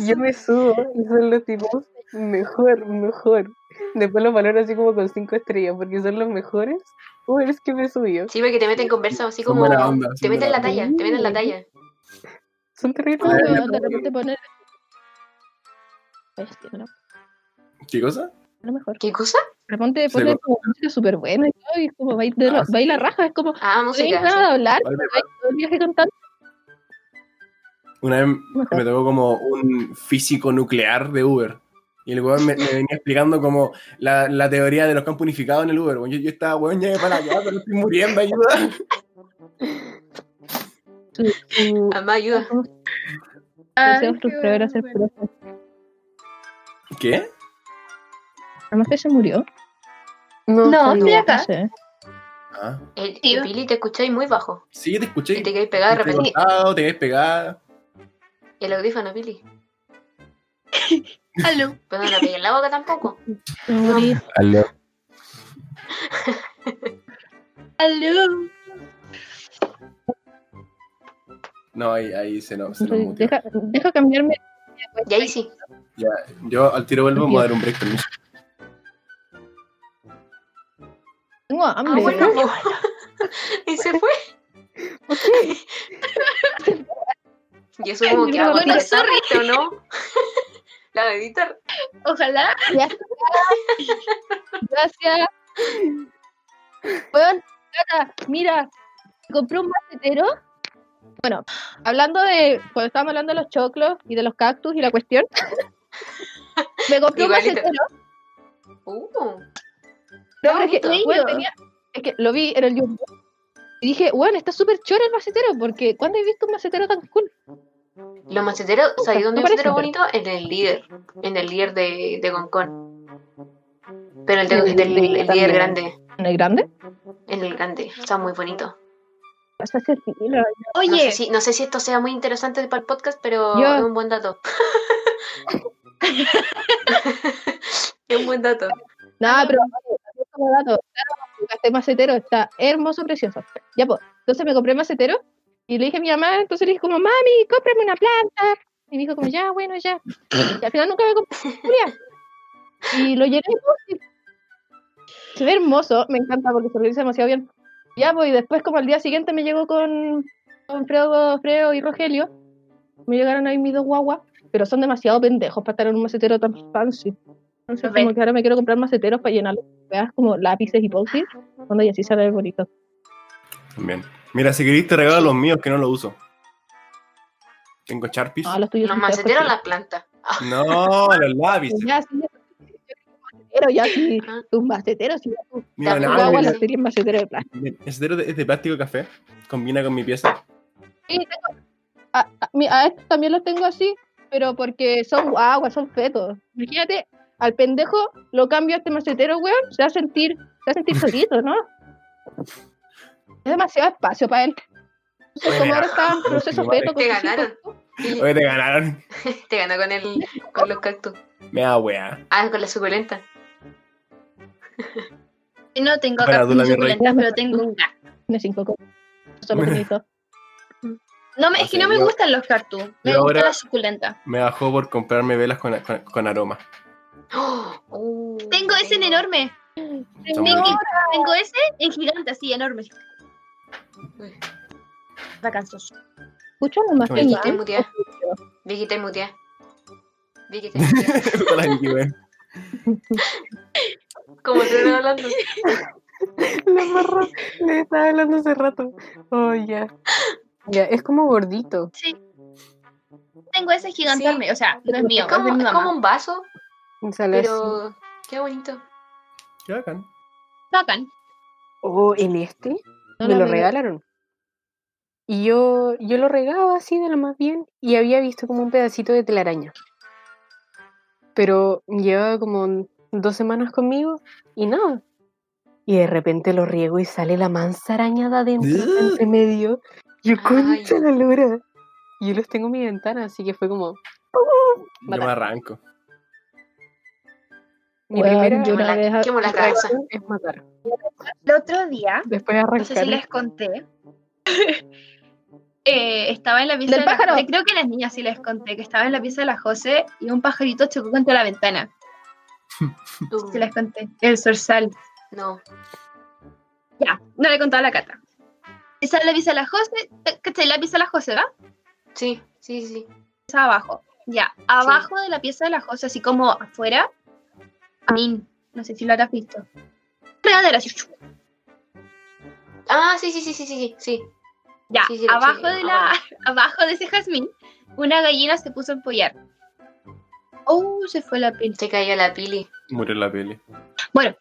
S7: Yo me subo y son los tipos mejor, mejor. Después los valoro así como con cinco estrellas porque son los mejores. Uy, es que me subió.
S6: Sí, porque te meten conversa así
S3: Son
S6: como.
S3: buena onda,
S6: te
S3: son
S6: meten la
S3: buena
S6: talla, te meten la talla.
S7: Son terribles.
S5: Pero
S3: yo
S5: de
S3: también.
S5: repente poner. Este, no,
S3: ¿Qué cosa?
S5: a lo mejor.
S6: ¿Qué cosa?
S5: De repente
S3: Sí,
S5: poner
S3: bueno.
S5: como música súper buena y todo, y es como baila,
S3: Ah, sí.
S5: baila raja, es como.
S6: Ah,
S5: No tenés
S6: música.
S5: ganas de hablar,
S3: Vale,
S5: pero vais todo el viaje cantando.
S3: Una vez
S5: Mejor.
S3: me tocó como un físico nuclear de Uber. Y el weón me, me venía explicando como la, la teoría de los campos unificados en el Uber. weón. Yo, yo estaba, weón, ya para acá, pero estoy muriendo, ayuda.
S5: Su-
S6: sí. Mamá, ayuda.
S5: su
S8: Ay,
S5: deseo
S8: qué
S5: frustrado era ser
S8: bueno.
S5: profe.
S3: ¿Qué?
S5: Además que se murió.
S8: No,
S7: está
S8: estoy
S7: bien.
S8: acá.
S5: No sé.
S3: Ah,
S6: El,
S8: Tío.
S6: Pili, te escucháis muy bajo.
S3: sí, te escuché.
S6: Y te quedáis pegada de
S3: te
S6: repente.
S3: cortado, te quedé pegada.
S6: El audífono, Pili.
S8: Aló.
S6: Pero no la pegué en la boca tampoco.
S5: Se murió.
S8: Aló.
S3: No, ahí, ahí se nos, se nos muteó.
S5: Deja, deja cambiarme.
S6: Y ahí sí.
S3: Ya, yo al tiro vuelvo, vamos a dar un break permiso.
S5: Tengo
S6: Ah,
S5: hambre.
S6: bueno. y se fue. Yo supongo que
S5: Ay,
S6: va a
S5: bueno,
S6: cortar esa parte, ¿o no? la va a editar.
S8: Ojalá.
S5: Gracias. Weón, Cata, mira, compré un macetero. Bueno, hablando de. Cuando estábamos hablando de los choclos y de los cactus y la cuestión. Me compré un
S6: Igualito.
S5: macetero.
S6: Uh,
S5: No, pero es, que,
S8: bonito.
S5: weón, tenía- es que lo vi en el Jumbo. Y dije, weón, está súper choro el macetero. Porque ¿cuándo he visto un macetero tan cool?
S6: los maceteros, ¿sabéis dónde hay
S5: No parece,
S6: macetero bonito? En el líder. En el líder de, de Concón. Pero el, de-
S5: En el
S6: del- el
S5: líder
S6: líder
S5: también.
S6: grande.
S5: ¿En el grande?
S6: En el grande. Está muy bonito.
S5: Pasa ese filo.
S6: No
S8: Oye,
S6: sé, si, no sé si esto sea muy interesante para el podcast, pero
S5: Yo-
S6: es un buen dato. es un buen dato.
S5: No, pero oye, también como dato, claro, este macetero está hermoso, precioso. Ya pues, entonces me compré el macetero y le dije a mi mamá, entonces le dije como, mami, cómprame una planta. Y me dijo como, ya, bueno, ya. Y al final nunca me compré una. Y lo llené de post-it. Se ve hermoso, me encanta porque se organiza demasiado bien. Ya pues, y después como al día siguiente me llegó con, con Fredo, Fredo y Rogelio. Me llegaron ahí mis dos guaguas, pero son demasiado pendejos para estar en un macetero tan fancy. Entonces,
S8: Ve.
S5: como que ahora me quiero comprar maceteros para llenar veas como lápices y post cuando y así se ve bonito.
S3: También. Mira, si queréis te regalo los míos que no los uso. Tengo Sharpies.
S5: No, los tuyos
S6: Los
S5: son feos,
S6: maceteros,
S5: pues,
S6: las plantas. Ah,
S3: No, los lápices.
S5: sí. Ya, sí, macetero, ya sí,
S6: Ah.
S5: un macetero, sí, ya tú.
S3: Mira,
S6: Ya,
S3: no,
S5: Tu
S6: Ah,
S5: guagua
S3: mira,
S5: la
S6: sí.
S5: tenía en macetero de plástico.
S3: mira, ese tero es de plástico café. Combina con mi pieza.
S5: Sí, tengo- a, a, mi- a estos también los tengo así, pero porque son guaguas, son fetos. Imagínate, al pendejo lo cambio a este macetero, weón, se va a sentir, se va a sentir solito, ¿no? Es demasiado espacio para él. Entonces, como ahora está en proceso
S3: Madre.
S5: feto con
S6: Te
S5: sus hijos,
S6: ganaron. y
S3: Oye, te ganaron.
S6: te ganó con, el, con los cactus.
S3: Me da weá.
S6: Ah, con la suculenta.
S8: no tengo
S3: Para
S8: cactus
S3: Dula
S8: ni
S3: Virrey.
S8: suculentas, pero tengo un cactus.
S5: tiene cinco cosas. Solo con eso.
S8: No me, es
S3: O
S8: que
S3: sea,
S8: no me
S3: yo-
S8: gustan los cactus. Me
S3: yo
S8: gusta
S3: ahora-
S8: la suculenta.
S3: Me bajó por comprarme velas con, con- con aroma.
S6: Uh,
S8: Tengo ese en enorme.
S3: Son muy
S8: Tengo,
S3: ricas.
S8: tengo ese en gigante, así, enorme. Vacanzos.
S5: Escucho nomás ¿eh?
S3: Qué
S5: que
S3: bonito.
S6: Vicky,
S5: más.
S6: te mutea. Vicky, te mutea. Vicky, te mutea.
S3: Hola, Vicky, weón.
S6: Como te ven hablando.
S7: La morra le estaba hablando hace rato. Oh, ya. Ya, es como gordito.
S8: Sí. Tengo ese gigante
S6: Sí.
S8: al medio, O sea, no es mío,
S6: Es
S8: es de
S6: como,
S8: mi
S6: es
S8: mamá.
S6: como un vaso,
S7: Y sale así.
S6: pero qué bonito.
S3: Qué bacán.
S8: Bacán.
S7: Oh, ¿en este?
S5: No,
S7: me
S5: no,
S7: lo
S5: no.
S7: regalaron. Y yo, yo lo regaba así de lo más bien y había visto como un pedacito de telaraña. Pero llevaba como dos semanas conmigo y nada. Y de repente lo riego y sale la mansa arañada adentro, de entre medio. Yo, concha la lora. Yo los tengo en mi ventana, así que fue como.
S3: Yo me arranco.
S7: Mi
S5: Weón,
S7: primera
S5: yo una
S6: la-
S5: vez
S6: quemo la cabeza.
S7: es matar.
S8: El otro día,
S7: Después arrancar.
S8: no sé si les conté, eh, estaba en la pieza
S5: ¡Del
S8: de la
S5: pájaro!
S8: José, creo que las niñas sí les conté, que estaba en la pieza de la José y un pajarito chocó contra la ventana.
S6: Tú.
S8: Se les conté, el zorzal.
S6: Uh, No.
S8: Ya, no le he contado a la cata. Esa es la pieza de la José, ¿cachai? La pieza de la José, ¿va?
S6: Sí, sí, sí.
S8: Es abajo. Ya, abajo de la pieza de la José, así como afuera. Amin, no sé si lo habrás visto. Regadera, así. chu.
S6: Ah, sí, sí, sí, sí, sí, sí, sí.
S8: Ya,
S6: Sí, sí, lo-
S8: abajo
S6: sí,
S8: de la, abajo de ese jazmín, una gallina se puso a empollar. Oh, se fue la piel.
S6: Se cayó la pili.
S3: Murió la peli.
S8: Bueno,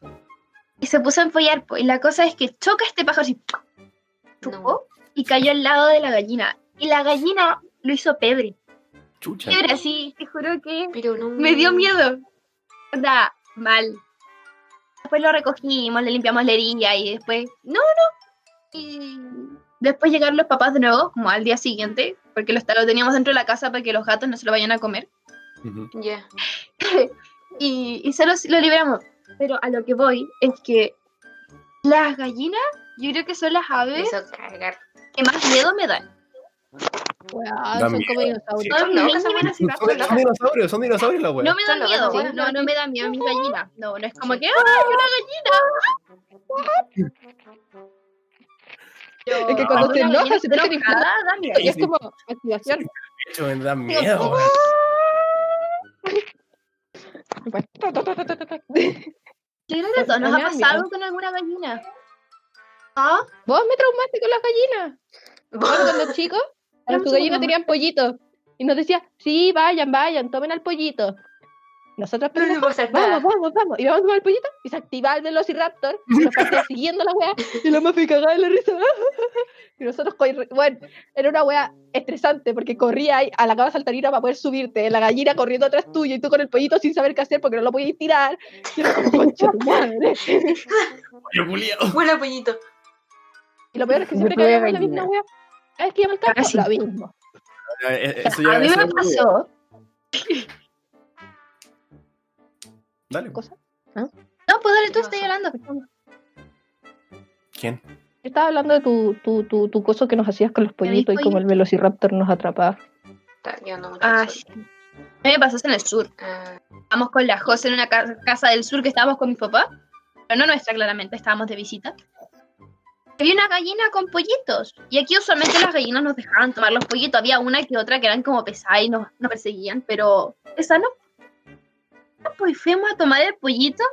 S8: y se puso a empollar, po, y la cosa es que choca este pájaro así,
S6: No.
S8: chocó, y cayó al lado de la gallina. Y la gallina lo hizo pebre.
S3: Chucha.
S8: Pebre así, te juro que
S6: Pero no.
S8: me dio miedo. Onda, mal. Después lo recogimos, le limpiamos la herida y después, no, no. Y después llegaron los papás de nuevo, como al día siguiente, porque lo, está- lo teníamos dentro de la casa para que los gatos no se lo vayan a comer.
S3: Ujú.
S6: Ya.
S8: y, y solo si- lo liberamos. Pero a lo que voy es que las gallinas, yo creo que son las
S6: Me
S8: aves
S6: hizo cagar.
S8: que más miedo me dan.
S5: Weón,
S3: Da
S5: son como dinosaurios.
S6: Son
S8: no,
S6: locas,
S8: no,
S6: son
S8: no,
S6: buenas y raras,
S3: Son, son
S6: son locas.
S3: dinosaurios, son dinosaurios la
S8: No
S3: wea.
S8: me dan
S6: Son
S8: miedo,
S6: locas, son
S8: no,
S6: buenas.
S8: no me da miedo mis gallinas. No, no es como que, ¡ay, una gallina!
S5: Es que cuando se enoja, se pone a gritar.
S8: enojada, da miedo.
S5: Y es como activación.
S3: De hecho, me da miedo. wea.
S5: Pues, ta, ta, ta, ta, ta, ta. Vos
S8: Yo creo que a todos nos ha
S5: Me da
S8: pasado
S5: miedo.
S8: con alguna gallina. ¿Ah?
S5: me traumaste con las gallinas. Bueno, cuando chicos, a
S7: Ah,
S8: Dame
S5: las
S8: un segundo.
S5: gallinas tenían pollitos. Y nos decía, sí, vayan, vayan, tomen al pollito. Nosotros
S6: No le
S5: pendejas,
S6: pasa
S5: vamos,
S6: nada.
S5: vamos, vamos. Y vamos a tomar el pollito y se activaba el velociraptor. Y nos partía siguiendo la weá. Y la mafi cagada de la risa. Y nosotros, corri- bueno, era una weá estresante porque corría ahí a la cama saltarina para poder subirte. La gallina corriendo atrás tuyo y tú con el pollito sin saber qué hacer porque no lo podías tirar. Y era como, "Concha tu madre.
S3: Yo culiao.
S6: Buena pollito.
S5: Y lo peor es que
S7: Yo
S5: siempre
S7: tuve
S5: caíamos en la
S7: gallina.
S5: misma weá. Cada vez que íbamos al
S8: Ah,
S5: campo,
S8: sí.
S5: lo mismo.
S3: Eh, eh, Eso
S8: A
S3: ya
S8: mí
S3: eso
S8: me
S3: ya-
S8: pasó.
S3: Dale.
S5: Cosa.
S8: No, pues dale, tú
S6: ¿Qué
S8: estoy
S6: pasó?
S8: hablando.
S3: ¿Quién?
S5: Yo estaba hablando de tu, tu, tu, tu coso que nos hacías con los
S8: mis
S5: pollitos y cómo el velociraptor nos atrapaba.
S6: Está quedando mucho
S8: Ah,
S6: sol.
S8: sí. A mí me pasó eso en el sur.
S6: Ah,
S8: Estábamos con la José en una ca- casa del sur que estábamos con mi papá. Pero no nuestra, claramente, estábamos de visita. Había una gallina con pollitos. Y aquí usualmente las gallinas nos dejaban tomar los pollitos. Había una que otra que eran como pesadas y nos, nos perseguían, pero esa no. Ah, Pues fuimos a tomar el pollito.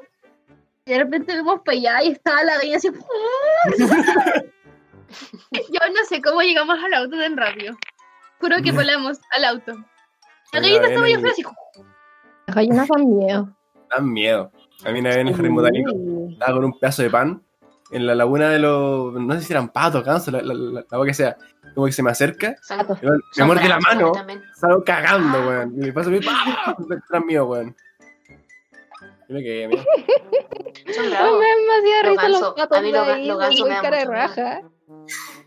S8: Y de repente vimos para allá y estaba la gallina así. ¡ah! Yo no sé cómo llegamos al auto tan rápido. Juro que volamos al auto. Mm. La gallina estaba yo así.
S5: Las gallinas dan miedo.
S3: Dan miedo. A mí una vez en el jardín
S5: Uh.
S3: botánico estaba con un pedazo de pan en la laguna de los. No sé si eran patos, gansos, la, la, la, la wea que sea. Como que se me acerca,
S6: son-
S5: Gatos.
S3: y, weón, me
S6: son
S3: muerde la
S6: bravos
S3: mano,
S6: completamente.
S3: salgo cagando, weón. Y me paso mi ¡Ah! detrás mío, weón. Y me quedé, mira.
S5: A
S6: Son
S5: mí
S6: bravos.
S5: me hacía
S6: Los
S5: risa los
S6: gansos.
S5: gatos
S6: A mí los
S5: de
S6: ga-
S5: ahí,
S6: los
S5: con
S6: gansos me dan
S5: cara de
S6: mucho miedo.
S5: raja.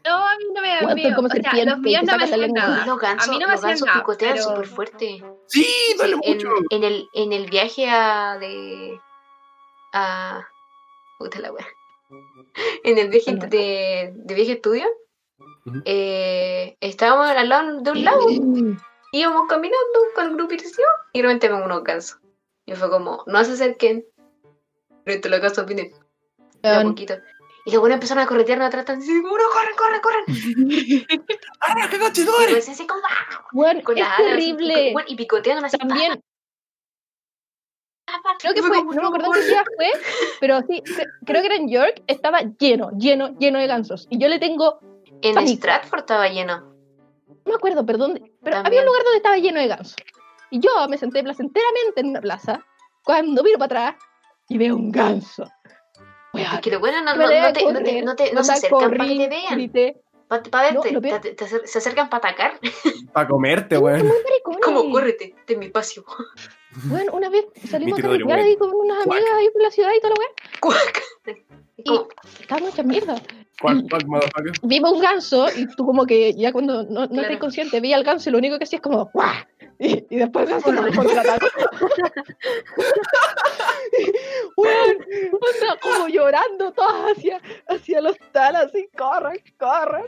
S8: No, a mí no me
S5: Guau,
S8: dan
S5: son
S8: miedo.
S5: como
S8: O sea, los
S5: serpientes
S8: míos
S5: que
S8: no me
S5: sacan la
S8: hacían
S5: lengua.
S8: nada.
S6: Los gansos,
S8: a mí no me
S6: los
S8: hacían
S6: gansos
S8: nada,
S6: picotean
S8: pero-
S6: súper fuerte.
S3: ¡Sí!
S6: Sí,
S3: ¡Duele
S6: en,
S3: mucho!
S6: en el, en el viaje a de a puta la wea. En el viaje
S5: Bueno.
S6: de, de viaje estudio
S3: Ujú.
S6: eh, estábamos al lado de un lago,
S5: Mm.
S6: íbamos caminando con grupización y de repente vemos unos gansos. Y fue como, no se acerquen, frente a los gansos vienen de a
S5: Weón,
S6: poquito. Y luego empezaron a corretearnos atrás, tan seguro, corren, corren, corren.
S3: ¡Ah, qué coche
S6: Y
S3: duele!
S6: recién así como, ¡ah!
S5: weón,
S6: con
S5: es
S6: las alas así, pico-
S5: terrible.
S6: bueno, y picotearon así.
S5: También,
S6: pa, pa, pa.
S5: creo que
S6: Y fue
S5: fue,
S6: como,
S5: no me acuerdo qué ciudad fue, pero sí, cre- creo que era en York, estaba lleno, lleno, lleno de gansos. Y yo le tengo,
S6: En
S5: pánico.
S6: Stratford estaba lleno.
S5: no me acuerdo, perdón, pero había
S6: También.
S5: un lugar donde estaba lleno de gansos. Y yo me senté placenteramente en una plaza, cuando miro para atrás y veo un ganso. Weón,
S6: Es que lo bueno no,
S5: Me
S6: no,
S5: voy a
S6: no te, no, te,
S5: correr,
S6: no, te, no se
S5: onda,
S6: acercan para que
S5: corrí,
S6: te vean.
S5: grité,
S6: Pa- pa
S5: No,
S6: verte,
S5: lo peor-
S6: te- te acer- se acercan para atacar.
S3: Para comerte, weón.
S5: maricones.
S6: Como córrete de mi espacio.
S5: Bueno, una vez salimos a
S3: tiro de
S5: carretear ahí con unas
S3: Cuac.
S5: amigas ahí por la ciudad y toda la weá.
S6: Cuac.
S5: como, estaba hecha mierda.
S3: Cuac, cuac, motherfucker.
S5: Vimos un ganso y tú como que ya cuando no, no
S6: Claro.
S5: estás consciente, veía al ganso y lo único que hacía es como ¡guau! Y, y después el ganso nos contraatacó. Weón, onda como llorando todas hacia, hacia los talas, así, corran, corran.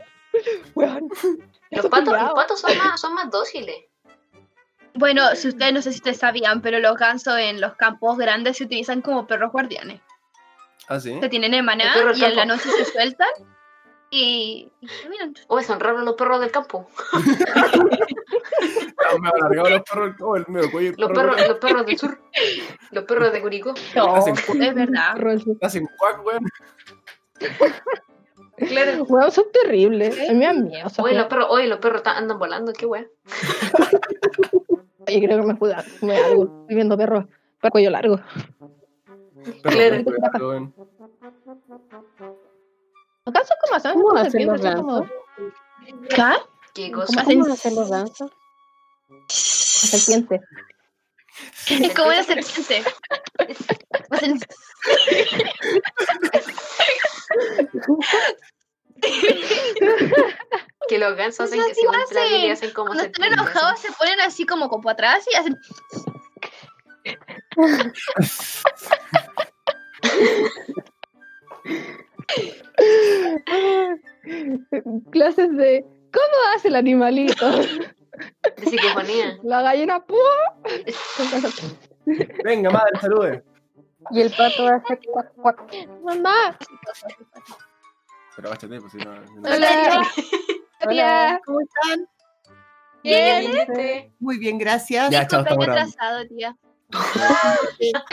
S5: Weón.
S6: Los
S5: estos
S6: patos, los
S5: culiados.
S6: patos son, más, son más dóciles.
S8: Bueno, si ustedes no sé si ustedes sabían, pero los gansos en los campos grandes se utilizan como perros guardianes.
S3: Ah, sí.
S8: Se tienen en maná
S6: El perro
S8: y en la
S6: campo.
S8: noche se sueltan y, y caminan.
S6: Uy, son raros los perros del campo.
S3: Ah, Me alargaba los perros. Oh, el medio cuello. el
S6: Los
S3: perro,
S6: perros, los perros del sur. Los perros de Curicó.
S3: Hacen,
S8: Es verdad.
S5: Rolso.
S3: hacen cuac, weón.
S6: Claro.
S5: Weón, son terribles. A mí me dan miedo. esas
S6: Oye, los
S5: weas.
S6: perros, oye, los perros ta- andan volando, qué wea.
S5: Oye, creo que me juda. Me da algo. Estoy viendo perros. Perro cuello largo.
S3: Perro, cuac, weón.
S5: Los gansos como hacen.
S7: ¿Cómo
S5: Como
S7: hacen
S5: serpientes,
S7: los
S5: son como-
S6: Qué
S5: ¿Cómo
S6: cosa.
S5: hacen?
S7: ¿Cómo hacen los gansos?
S5: las serpientes.
S8: Es como una serpiente. Hacen-
S6: Que los gansos hacen
S5: Pues
S8: Eso
S6: que
S8: sí
S6: se contraen y
S8: hacen.
S6: le hacen como
S8: Cuando están
S6: serpiente,
S8: enojados
S6: así.
S8: se ponen así como como atrás y hacen.
S5: Clases de ¿Cómo hace el animalito?
S6: De psicofonía.
S5: La gallina púa.
S3: Venga, madre, salude.
S7: Y el pato hace cuac, cuac.
S5: Mamá,
S3: Pero báchate, pues si no. si no-
S5: hola. Hola.
S8: ¿Cómo están?
S5: Bien.
S6: Gente.
S1: Muy bien, gracias.
S3: Ya, chao, estamos grabando.
S8: Cumpleaños atrasado, tía.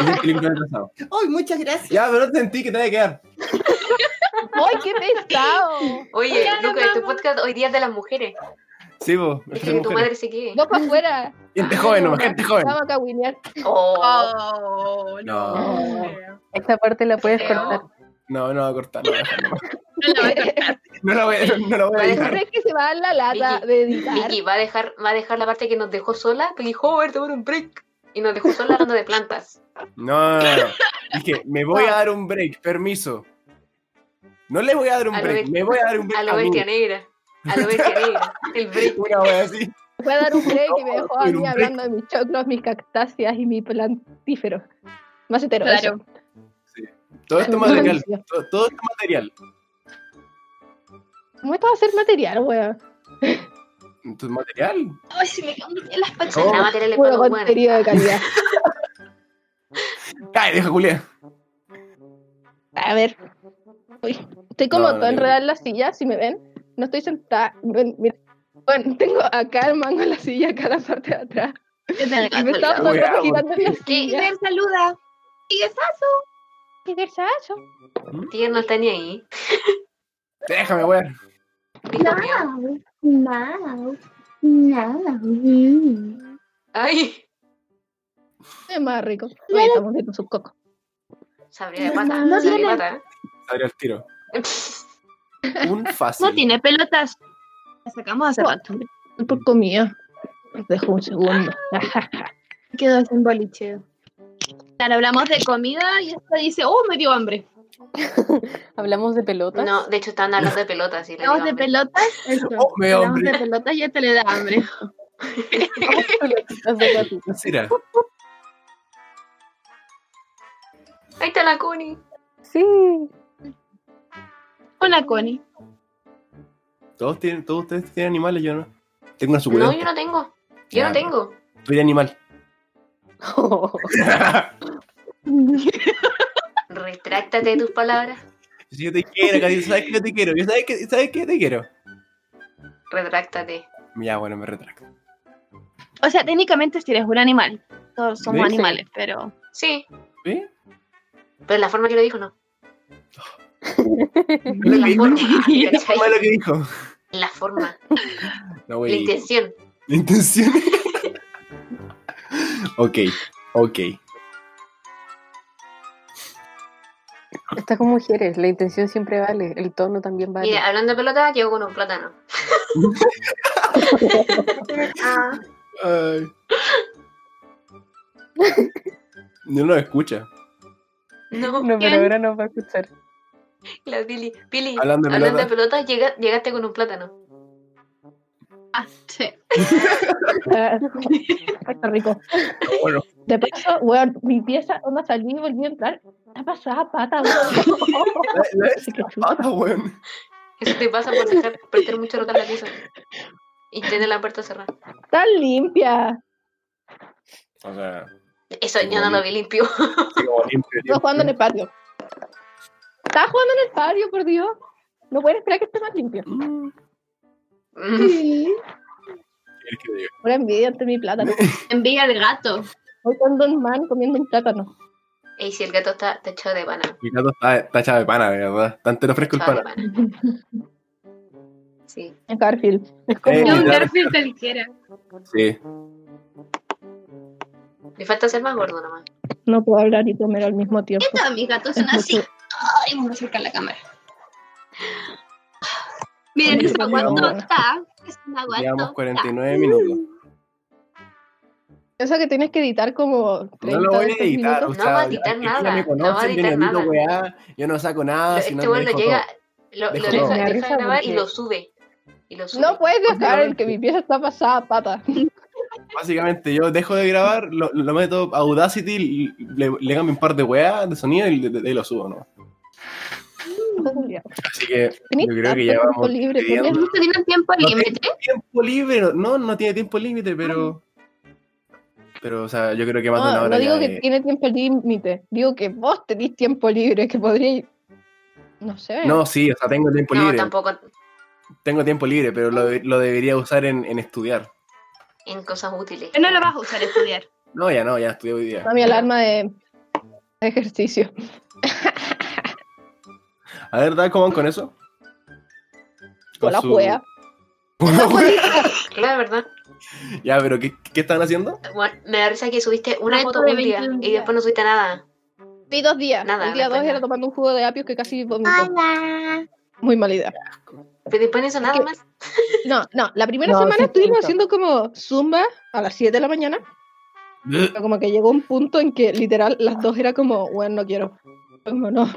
S3: Es el clip atrasado.
S1: Ay, muchas gracias.
S3: Ya, pero no sentí que te había que quedar.
S5: ¡Ay, qué pesado!
S6: Oye,
S8: Ya, nos
S6: Luca, y tu
S8: vamos.
S6: podcast hoy día es de las mujeres.
S3: Sí, vos.
S6: Es que tu madre se quede.
S5: Vos para afuera.
S3: Gente joven nomás, gente joven.
S5: Vamos a cagüinear.
S6: Oh,
S8: Oh,
S3: No.
S7: Esta parte la puedes
S6: feo.
S7: cortar.
S3: No, no va a cortar. No, va a dejar nomás.
S8: No la voy a cortar.
S3: no la voy a, no la voy a
S6: Parece
S3: editar.
S5: ¿Crees que se va a dar la lata de editar?
S6: Vicky va a dejar, va a dejar la parte que nos dejó sola, porque dijo, "Oh, a ver, tomar un break. Y nos dejó sola hablando de plantas.
S3: No, no, no. Dije, me voy a dar un break, permiso. No le voy a dar un
S6: A lo
S3: break,
S6: be-
S3: me voy a dar un break.
S6: A la
S3: mí.
S6: bestia negra. A la bestia negra. El break.
S3: Una wea así.
S5: Voy a dar un break y me dejó a
S3: Pero un
S5: mí
S3: break.
S5: hablando de mis choclos, mis cactáceas y mi plantífero. Más hetero.
S8: Claro.
S3: Todo esto material. Todo, todo esto material.
S5: ¿Cómo esto va a ser material, weón?
S3: ¿Tu material?
S8: Ay, si me cambian las patas.
S3: Oh.
S6: La materia le
S5: Puro
S6: pago, bueno.
S5: contenido de calidad.
S3: Cae, deja Julia.
S5: A ver. Uy, estoy como
S3: No, no,
S5: todo
S3: yo-
S5: enredada en la silla, si me ven. No estoy sentada. Ven, mira. Bueno, tengo acá el mango en la silla, acá la parte de atrás. Y me estaba todo el rato
S3: Cuidado.
S5: girando en la silla.
S8: Iber saluda. Sigue
S5: ¡Qué versazo!
S6: Tía no está ni ahí.
S3: Déjame, wea.
S6: Dijo, "Miau".
S8: No. No.
S6: Ay,
S5: Es más rico. Oye, estamos viendo sus cocos.
S6: sabría de pata.
S8: No
S6: sabría de
S8: tiene-
S6: pata.
S3: Abre el tiro. Un
S8: No
S3: fácil.
S8: tiene pelotas. La sacamos hace rato.
S5: Voy por comida. Dejo un segundo.
S8: Quedó sin boliche. Claro, hablamos de comida y esta dice, oh, me dio hambre.
S7: Hablamos de pelotas.
S6: No, de hecho están hablando de pelotas. Y la
S8: Hablamos de
S6: digo,
S8: pelotas. eso.
S3: Oh, me dio
S8: Hablamos
S3: hambre.
S8: de pelotas y esta le da hambre.
S7: Pelotitas de gatito.
S3: ¿Qué será?
S6: Ahí está la Connie.
S7: Sí.
S8: Una Connie.
S3: Todos, tienen, todos ustedes tienen animales, yo no. Tengo una
S6: No,
S3: suculenta.
S6: yo no tengo. Yo
S3: Ah,
S6: no tengo.
S3: Tú eres animal.
S6: Retráctate de tus palabras.
S3: Si yo te quiero, Cari, sabes que yo te quiero. Yo sabes que, sabes que yo te quiero.
S6: Retráctate.
S3: Ya, bueno, me retracto.
S8: O sea, técnicamente si eres un animal. Todos somos
S3: ¿Ves?
S8: animales, pero...
S6: Sí,
S3: ¿Sí?
S6: pero la forma que lo dijo no.
S3: Lo que
S6: La
S3: dijo,
S6: forma.
S3: la forma de
S6: ¿cachai?
S3: lo que dijo.
S6: La forma.
S3: No,
S6: La
S3: güey.
S6: intención.
S3: La intención. ok, ok.
S7: Está con mujeres. La intención siempre vale. El tono también vale.
S6: Mira, hablando de pelota, llego con un plátano. Ah,
S3: Ay. No lo escucha.
S6: no.
S7: No, pero
S8: ¿Quién?
S7: ahora no va a escuchar.
S6: La Pili, Pili,
S3: Hablando de
S6: hablando de pelotas, llega- llegaste con un plátano.
S8: Ah, sí.
S5: Ah, Está rico.
S3: Bueno.
S5: De paso, weón, mi pieza, onda salí y volví a entrar. Está pasada pata, weón.
S3: La- la-
S5: Así que chuta.
S3: pata, weón.
S6: Eso te pasa por dejar perder mucho rato en la pieza. Y tener la puerta cerrada.
S5: Está limpia.
S3: O sea,
S6: Eso yo no lo vi limpio.
S3: así como limpio,
S5: Estaba
S3: limpio.
S5: jugando en el patio. Estaba jugando en el patio, por Dios. No pueden esperar que esté más limpio.
S3: Mm,
S6: Mm.
S3: ¿qué te digo?
S5: Una envidia ante mi plátano.
S8: Envía al gato.
S5: Hoy con Don Man comiendo un plátano.
S6: Ey, si el gato está techado de pana.
S3: El gato está tachado de pana, de verdad. Está entero fresco el
S6: Techado de
S3: pana.
S6: pana. Sí.
S5: En Garfield. Es como
S3: Eh,
S8: Yo un
S3: claro.
S8: Garfield cualquiera.
S3: Sí.
S6: Le falta ser más gordo nomás.
S5: no puedo hablar y comer al mismo tiempo.
S8: Todos mis gatos son
S5: Es
S8: así.
S5: mucho-
S8: Ay, vamos a acercar la cámara. Miren,
S5: Oye,
S8: esa guatota.
S3: llevamos-
S8: Es una
S3: Llevamos
S8: guatota.
S3: 49 minutos.
S6: Mm,
S5: Eso que tienes que editar como 30
S3: No lo voy a
S5: veces
S3: editar,
S5: minutos.
S3: o
S6: este No
S3: sea,
S6: va a
S3: ya
S6: editar
S3: que
S6: nada,
S3: ya me
S6: no va a
S3: conocen, yo
S6: editar
S3: edito
S6: nada.
S3: weá, yo no saco nada, si Ah, no
S6: este
S3: me
S6: weón lo
S3: dejo
S6: llega,
S3: todo.
S6: lo,
S3: Dejo todo.
S6: lo deja,
S7: Me da
S6: deja
S7: risa
S6: grabar y
S7: porque-
S6: lo sube. Y lo sube.
S5: No puedes dejar el que mi pieza está pasada a pata.
S3: Básicamente, yo dejo de grabar, lo, lo meto a Audacity, le, le cambio un par de weá de sonido y de, de- de ahí lo subo, ¿no? Así que
S5: Tenés
S3: yo creo que ya
S5: tanto tiempo
S3: vamos
S5: libre,
S3: pidiendo-
S5: Julia.
S8: ¿Ustedes tienen tiempo
S3: No
S8: límite?
S3: tengo tiempo libre, no- no, no tiene tiempo límite, pero...
S6: Ah.
S3: Pero, o sea, yo creo que más de una
S5: No,
S3: hora
S5: no digo
S3: ya
S5: que
S3: de-
S5: tiene tiempo límite. Digo que vos tenés tiempo libre, que podríais. No sé.
S3: No, sí, o sea, tengo tiempo
S6: No,
S3: libre,
S6: tampoco Ah.
S3: tengo tiempo libre, pero lo, de- lo debería usar en, en estudiar.
S6: en cosas útiles.
S8: No lo vas a usar estudiar.
S3: No, ya no, ya estudié hoy día.
S5: No, mi alarma de de ejercicio.
S3: A ver, da, ¿cómo van con eso?
S5: Con la
S3: su-
S5: wea.
S6: Claro, ¿verdad?
S3: Ya, pero ¿qué, qué estaban haciendo?
S6: Bueno, me da risa que subiste una
S8: Reto
S6: foto
S8: de
S6: un día
S8: 21
S6: y después no subiste nada.
S5: Vi dos días.
S6: Nada,
S5: el día
S6: no
S5: dos
S6: fue
S5: era
S6: nada.
S5: tomando un jugo de apios que casi vomito. Muy mala idea.
S6: Pero después no hizo nada
S5: que-
S6: más.
S5: No, no. La primera
S7: No, sí,
S5: semana estuvimos
S7: siento.
S5: haciendo como zumba a las 7 de la mañana. Pero como que llegó un punto en que literal las dos era como, bueno, no quiero. Como no,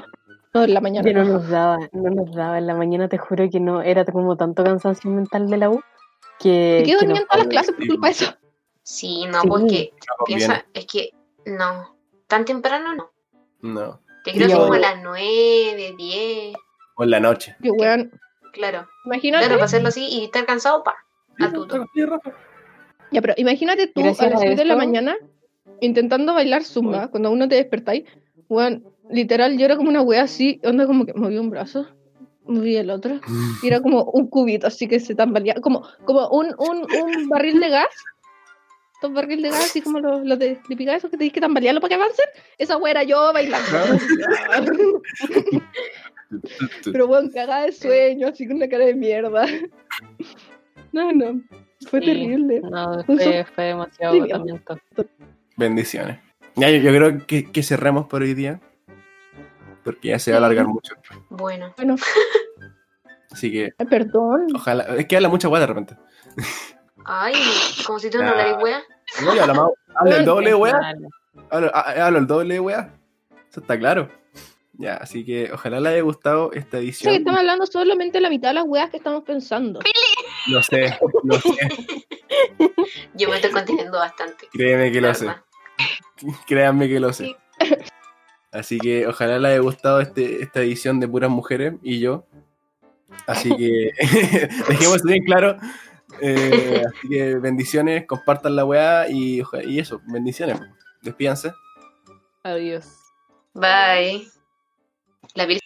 S5: no en la mañana.
S7: Yo no nos daba, no nos daba. En la mañana te juro que no, era como tanto cansancio mental de la U que.
S5: Me quedé
S7: que no.
S5: dormida en todas las clases por culpa de eso.
S6: Sí, no,
S7: Sí.
S3: No
S6: porque
S3: conviene.
S6: piensa, es que no. Tan temprano no.
S3: No.
S6: Te creo
S7: Yo-
S6: que como a las 9, 10.
S3: O en la noche.
S5: Que weón,
S6: Claro.
S5: imagínate.
S6: Claro, para hacerlo así y estar cansado, pa. A tu
S3: Sí, Rafa.
S5: Ya, pero imagínate tú
S7: Gracias
S5: a las
S7: a
S5: 7 de la
S7: esto-
S5: mañana intentando bailar zumba cuando aún no te despertáis. Weón, literal, yo era como una wea así, onda como que moví un brazo, moví el otro. Y era como un cubito así que se tambaleaba, como, como un, un, un barril de gas. Estos barril de gas, así como los, los de, de picar, esos que tenéis que tambalearlo para que avancen. Esa wea era yo bailando. Pero bueno, cagada de sueño, así con una cara de mierda. No, no. Fue
S7: Sí.
S5: terrible.
S7: No,
S5: Un
S7: fue, fue demasiado
S5: suplicio.
S7: agotamiento.
S3: Bendiciones. Ya, yo, yo creo que, que cerramos por hoy día. Porque ya se va a alargar mucho.
S6: Bueno.
S5: Bueno,
S3: Así que,
S5: ay, perdón.
S3: ojalá. Es que habla mucha guay de repente.
S6: Ay, como si tú no
S3: Nah.
S6: hablaras, wea.
S3: No, yo hablo más. Hablo el doble,
S7: Es
S3: wea.
S7: malo.
S3: Hablo, ah, hablo el doble, wea. Eso está claro. Ya, así que ojalá le haya gustado esta
S5: Creo que
S3: edición.
S5: estamos hablando solamente la mitad de las weas que estamos pensando.
S3: Lo sé, lo sé.
S6: Yo me estoy conteniendo bastante.
S3: Créeme que
S6: la
S3: lo sé.
S6: verdad.
S3: Créanme que lo sé.
S6: Sí.
S3: Así que ojalá les haya gustado este, esta edición de Puras Mujeres y yo. Así que dejemos eso bien claro. Eh, así que bendiciones, compartan la weá y, oja- y eso, bendiciones. Despídanse.
S7: Adiós.
S6: Bye. La Pili